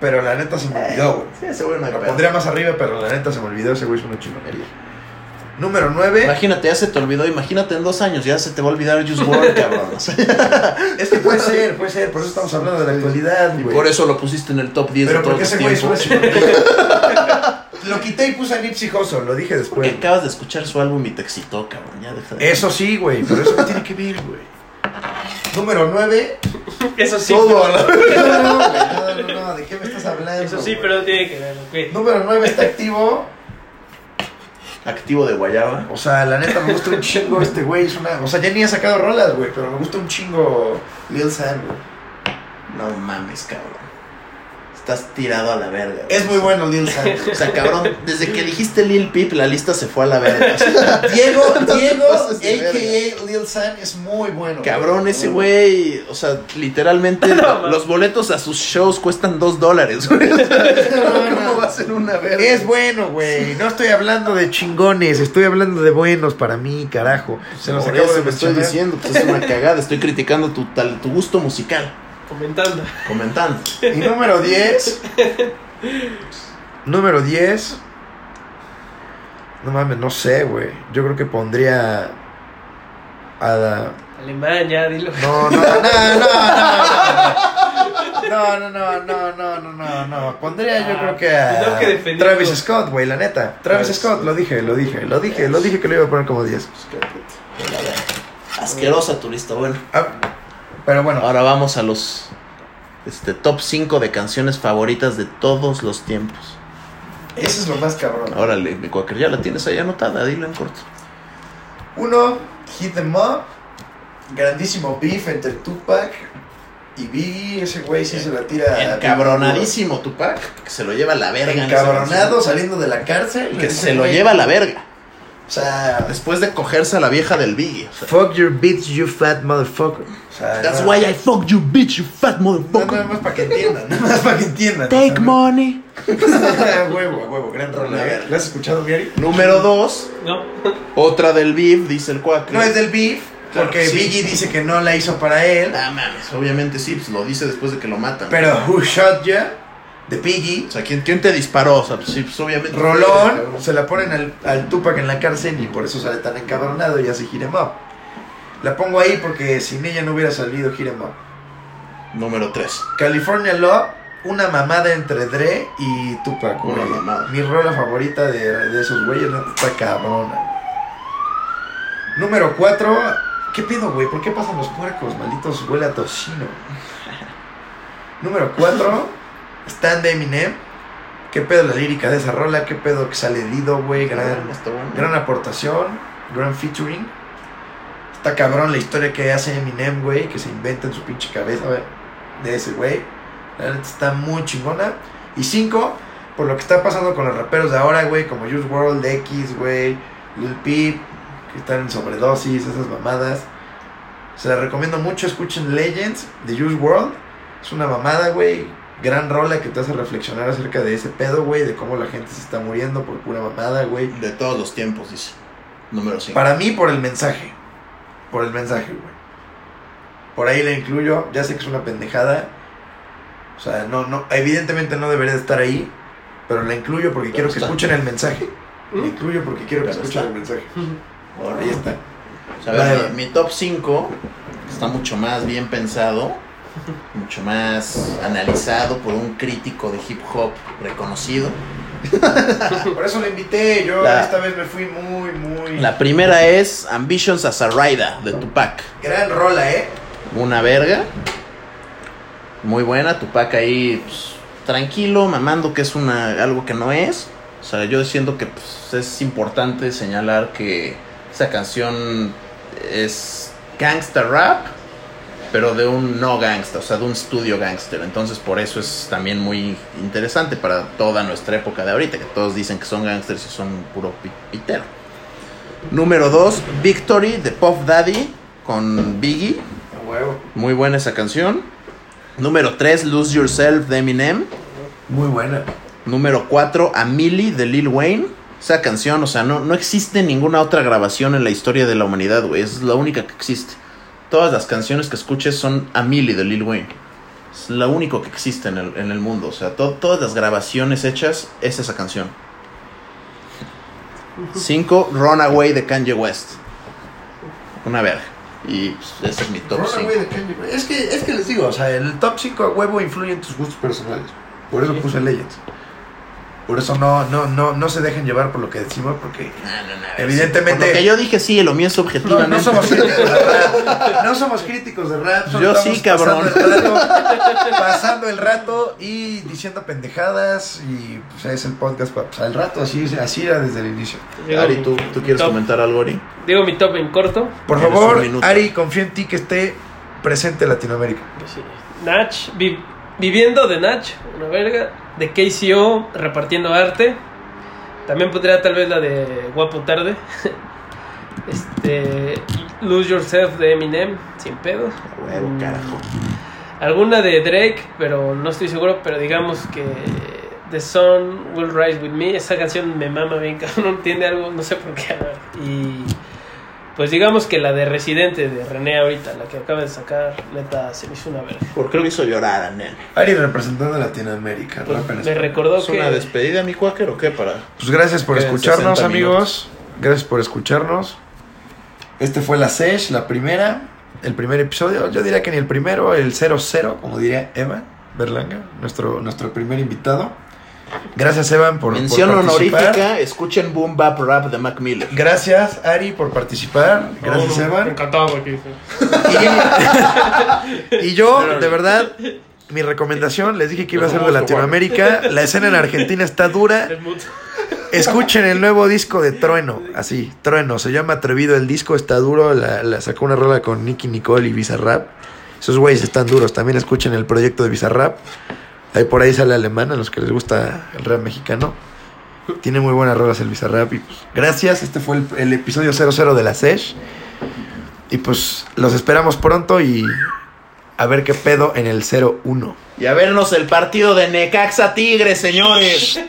[SPEAKER 1] pero la neta se me
[SPEAKER 2] Eh,
[SPEAKER 1] olvidó, güey.
[SPEAKER 2] Sí, ese güey no hay
[SPEAKER 1] Lo
[SPEAKER 2] pedo.
[SPEAKER 1] pondría más arriba, pero la neta se me olvidó. Ese güey es una chingonería. Número 9.
[SPEAKER 2] Imagínate, ya se te olvidó. Imagínate en dos años, ya se te va a olvidar Just World, cabrón. O sea,
[SPEAKER 1] Es que Este puede ser, puede ser. Por eso estamos hablando de la actualidad,
[SPEAKER 2] y
[SPEAKER 1] güey.
[SPEAKER 2] por eso lo pusiste en el top 10
[SPEAKER 1] Pero
[SPEAKER 2] de todos
[SPEAKER 1] porque
[SPEAKER 2] los
[SPEAKER 1] ese güey es una
[SPEAKER 2] tiempos.
[SPEAKER 1] chingonería. Lo quité y puse a Nipsey Hussle, lo dije
[SPEAKER 2] Porque
[SPEAKER 1] después.
[SPEAKER 2] acabas de escuchar su álbum y te excitó, cabrón. Ya deja de-
[SPEAKER 1] Eso sí, güey, pero eso no tiene que ver, güey. Número 9.
[SPEAKER 3] Eso sí,
[SPEAKER 1] Todo
[SPEAKER 3] pero-
[SPEAKER 1] a la No, no, no, ¿de qué me estás hablando?
[SPEAKER 3] eso sí,
[SPEAKER 1] güey?
[SPEAKER 3] pero no tiene que ver, ok.
[SPEAKER 1] Número 9 está activo.
[SPEAKER 2] Activo de Guayaba.
[SPEAKER 1] O sea, la neta me gusta un chingo este güey. Es una... O sea, ya ni ha sacado rolas, güey, pero me gusta un chingo Lil Sam, güey.
[SPEAKER 2] No mames, cabrón. Estás tirado a la verga. güey.
[SPEAKER 1] Es muy bueno Lil Sam. güey.
[SPEAKER 2] O sea, cabrón, desde que dijiste Lil Peep, la lista se fue a la verga.
[SPEAKER 1] Diego, Diego,
[SPEAKER 2] pases de
[SPEAKER 1] a.k.a. Lil Sam, es muy bueno. güey.
[SPEAKER 2] Cabrón, ese güey, o sea, literalmente lo- los boletos a sus shows cuestan dos dólares. güey. O sea, ¿Cómo va a ser una verga?
[SPEAKER 1] Es bueno, güey. No estoy hablando de chingones, estoy hablando de buenos para mí, carajo. Se los
[SPEAKER 2] Por
[SPEAKER 1] acabo
[SPEAKER 2] eso
[SPEAKER 1] de
[SPEAKER 2] me estoy
[SPEAKER 1] mencionar.
[SPEAKER 2] diciendo, pues es una cagada, estoy criticando tu, tal, tu gusto musical,
[SPEAKER 3] Comentando.
[SPEAKER 2] comentando.
[SPEAKER 1] Y número 10. número 10. No mames, no sé, güey. Yo creo que pondría a la...
[SPEAKER 3] Alemán, ya, dilo.
[SPEAKER 1] No, no, no, no, no, no, no, no, no, no, no, no, no. Pondría yo creo que
[SPEAKER 3] Tengo que
[SPEAKER 1] a
[SPEAKER 3] defenderlo.
[SPEAKER 1] Travis Scott, güey, la neta. Travis
[SPEAKER 2] Travis
[SPEAKER 1] Scott, lo dije, lo dije, lo dije, lo dije que lo iba a poner como 10.
[SPEAKER 2] Asquerosa turista, bueno.
[SPEAKER 1] Ah, Pero bueno,
[SPEAKER 2] Ahora vamos a los este, top 5 de canciones favoritas de todos los tiempos.
[SPEAKER 1] eso es lo más cabrón.
[SPEAKER 2] Órale, mi cuáquer, ya la tienes ahí anotada, dilo en corto.
[SPEAKER 1] Uno, Hit Em Up. Grandísimo beef entre Tupac y Biggie. Ese güey sí se la tira.
[SPEAKER 2] Encabronadísimo Tupac, que se lo lleva a la verga. en esa
[SPEAKER 1] Encabronado
[SPEAKER 2] canción.
[SPEAKER 1] saliendo de la cárcel.
[SPEAKER 2] Que se lo lleva a la verga.
[SPEAKER 1] O sea,
[SPEAKER 2] Después de cogerse a la vieja del Biggie. o sea,
[SPEAKER 1] fuck your bitch, you fat motherfucker. O sea,
[SPEAKER 2] That's
[SPEAKER 1] no-
[SPEAKER 2] why I fuck you, bitch, you fat
[SPEAKER 1] No,
[SPEAKER 2] motherfucker.
[SPEAKER 1] nada más para que entiendan, nada más para que entiendan.
[SPEAKER 2] Take money.
[SPEAKER 1] A huevo, a huevo, gran rola. ¿eh? ¿La has escuchado, Gary?
[SPEAKER 2] Número 2,
[SPEAKER 3] No.
[SPEAKER 2] otra del beef, dice el cuáquer.
[SPEAKER 1] No es del beef,
[SPEAKER 2] Claro
[SPEAKER 1] porque
[SPEAKER 2] que sí.
[SPEAKER 1] Biggie dice que no la hizo para él.
[SPEAKER 2] Ah, mames, obviamente sí, pues lo dice después de que lo matan.
[SPEAKER 1] Pero Who Shot Ya, de Biggie,
[SPEAKER 2] O sea, ¿quién, quién te disparó? O sea, pues, sí, pues obviamente.
[SPEAKER 1] Rolón, se la ponen al, al Tupac en la cárcel y por eso sale tan encabronado y hace Hit Em Up. La pongo ahí porque sin ella no hubiera salido Hit Em Up.
[SPEAKER 2] Número 3.
[SPEAKER 1] California Love, una mamada entre Dre y Tupac.
[SPEAKER 2] Una
[SPEAKER 1] güey.
[SPEAKER 2] mamada.
[SPEAKER 1] Mi rola favorita de, de esos güeyes, la neta, está cabrona. Número 4, ¿qué pedo, güey? ¿Por qué pasan los puercos? Malditos huele a tocino. Número 4, Stand de Eminem. ¿Qué pedo la lírica de esa rola? ¿Qué pedo que sale Dido, güey? Gran,
[SPEAKER 2] Está bueno.
[SPEAKER 1] gran aportación, gran featuring. Está cabrón la historia que hace Eminem, güey, que se inventa en su pinche cabeza güey, de ese güey. La neta está muy chingona. Y cinco, por lo que está pasando con los raperos de ahora, güey, como Use World, X, güey, Lil Peep, que están en sobredosis, esas mamadas. Se la recomiendo mucho, escuchen Legends de Use World. Es una mamada, güey. Gran rola que te hace reflexionar acerca de ese pedo, güey, de cómo la gente se está muriendo por pura mamada, güey.
[SPEAKER 2] De todos los tiempos, dice. Número 5.
[SPEAKER 1] Para mí, por el mensaje. Por el mensaje, güey. Por ahí le incluyo. Ya sé que es una pendejada. O sea, no, no, evidentemente no debería de estar ahí. Pero la incluyo porque quiero que
[SPEAKER 2] está.
[SPEAKER 1] escuchen el mensaje. La
[SPEAKER 3] Mm.
[SPEAKER 1] incluyo porque quiero que
[SPEAKER 2] Pero
[SPEAKER 1] escuchen
[SPEAKER 2] está.
[SPEAKER 1] el mensaje. Ahí está.
[SPEAKER 2] O sea, a ver,
[SPEAKER 1] Vale.
[SPEAKER 2] mi, mi top 5 está mucho más bien pensado, mucho más analizado por un crítico de hip hop reconocido.
[SPEAKER 1] Por eso la invité. Yo
[SPEAKER 2] La-
[SPEAKER 1] esta vez me fui muy, muy.
[SPEAKER 2] La primera es Ambitions as a Rider de Tupac.
[SPEAKER 1] Gran rola, ¿eh?
[SPEAKER 2] Una verga. Muy buena, Tupac ahí pues, tranquilo, mamando que es una algo que no es. O sea, yo siento que pues, es importante señalar que esa canción es gangsta rap, pero de un no gangsta, o sea, de un estudio gangster. Entonces, por eso es también muy interesante para toda nuestra época de ahorita, que todos dicen que son gangsters y son puro pi- pitero. Número 2, Victory de Puff Daddy con Biggie.
[SPEAKER 1] A huevo.
[SPEAKER 2] Muy buena esa canción. Número 3, Lose Yourself de Eminem.
[SPEAKER 1] Muy buena.
[SPEAKER 2] Número 4, Amelie de Lil Wayne. Esa canción, o sea, no, no existe ninguna otra grabación en la historia de la humanidad, güey. Es la única que existe. Todas las canciones que escuches son Amelie de Lil Wayne. Es lo único que existe en el, en el mundo. O sea, to- todas las grabaciones hechas es esa canción. 5, Runaway de Kanye West. Una verga. Y pues, ese es mi top
[SPEAKER 1] Rola,
[SPEAKER 2] 5.
[SPEAKER 1] güey, de Kanye, güey. Es que, es que les digo, o sea, el top 5 a huevo influye en tus gustos personales. Por eso puse Legends. Por eso no, no, no, no se dejen llevar por lo que decimos, porque
[SPEAKER 2] No, no, no,
[SPEAKER 1] Evidentemente-
[SPEAKER 2] por Lo que yo dije sí, lo mío es
[SPEAKER 1] no,
[SPEAKER 2] objetivamente.
[SPEAKER 1] no somos críticos de rap. No somos críticos de rap. solo
[SPEAKER 2] Yo
[SPEAKER 1] estamos
[SPEAKER 2] sí, cabrón.
[SPEAKER 1] Pasando el, rato, pasando el rato y diciendo pendejadas. Y pues es el podcast para pasar el rato. Así, así era desde el inicio.
[SPEAKER 3] Digo,
[SPEAKER 2] Ari, ¿tú, tú quieres
[SPEAKER 3] Top.
[SPEAKER 2] comentar algo, Ari?
[SPEAKER 3] Digo mi top en corto.
[SPEAKER 1] Por
[SPEAKER 2] Tienes
[SPEAKER 1] favor,
[SPEAKER 2] un minuto.
[SPEAKER 1] Ari, confío en ti que esté presente Latinoamérica.
[SPEAKER 3] Pues sí. Nach, vi- viviendo de Nach, una verga. De KCO, repartiendo arte. También podría tal vez la de Guapo Tarde. Este. Lose Yourself de Eminem, sin pedo.
[SPEAKER 2] Huevo, carajo.
[SPEAKER 3] Alguna de Drake, pero no estoy seguro. Pero digamos que. The Sun Will Rise With Me. Esa canción me mama bien, cabrón. Tiene algo, no sé por qué. a ver. Y. Pues digamos que la de Residente de René ahorita, la que acaba de sacar, neta, se me hizo una verga.
[SPEAKER 2] ¿Por qué lo hizo llorar a Nel?
[SPEAKER 1] Ari representando a Latinoamérica.
[SPEAKER 3] Pues,
[SPEAKER 1] rap en
[SPEAKER 3] me
[SPEAKER 1] español.
[SPEAKER 3] recordó
[SPEAKER 2] ¿Es
[SPEAKER 3] que...
[SPEAKER 2] una despedida, mi cuáquer o qué? Para...
[SPEAKER 1] Pues gracias por
[SPEAKER 2] Quedan
[SPEAKER 1] escucharnos,
[SPEAKER 2] 60
[SPEAKER 1] amigos. Gracias por escucharnos. Este fue la SESH, la primera, el primer episodio. Yo diría que ni el primero, el 00, como diría Evan Berlanga, nuestro, nuestro primer invitado. Gracias, Evan, por, por
[SPEAKER 2] Mención
[SPEAKER 1] participar.
[SPEAKER 2] honorífica, escuchen Boom Bap Rap de Mac Miller.
[SPEAKER 1] Gracias, Ari, por participar. Gracias,
[SPEAKER 3] No, no,
[SPEAKER 1] Evan.
[SPEAKER 3] Encantado por aquí.
[SPEAKER 1] Y yo, de verdad, mi recomendación, les dije que iba a ser de Latinoamérica. La escena en Argentina está dura.
[SPEAKER 3] Es mutuo.
[SPEAKER 1] Escuchen el nuevo disco de Trueno, así, Trueno, se llama Atrevido el disco, está duro, la, la sacó una rola con Nicky Nicole y Bizarrap. Esos güeyes están duros, también escuchen el proyecto de Bizarrap. Ahí por ahí sale alemana, a los que les gusta el rap mexicano. Tiene muy buenas rolas el Bizarrap y pues, gracias, este fue el, el episodio 00 de la SESH. Y pues los esperamos pronto y a ver qué pedo en el 01.
[SPEAKER 2] Y a vernos el partido de Necaxa Tigres, señores.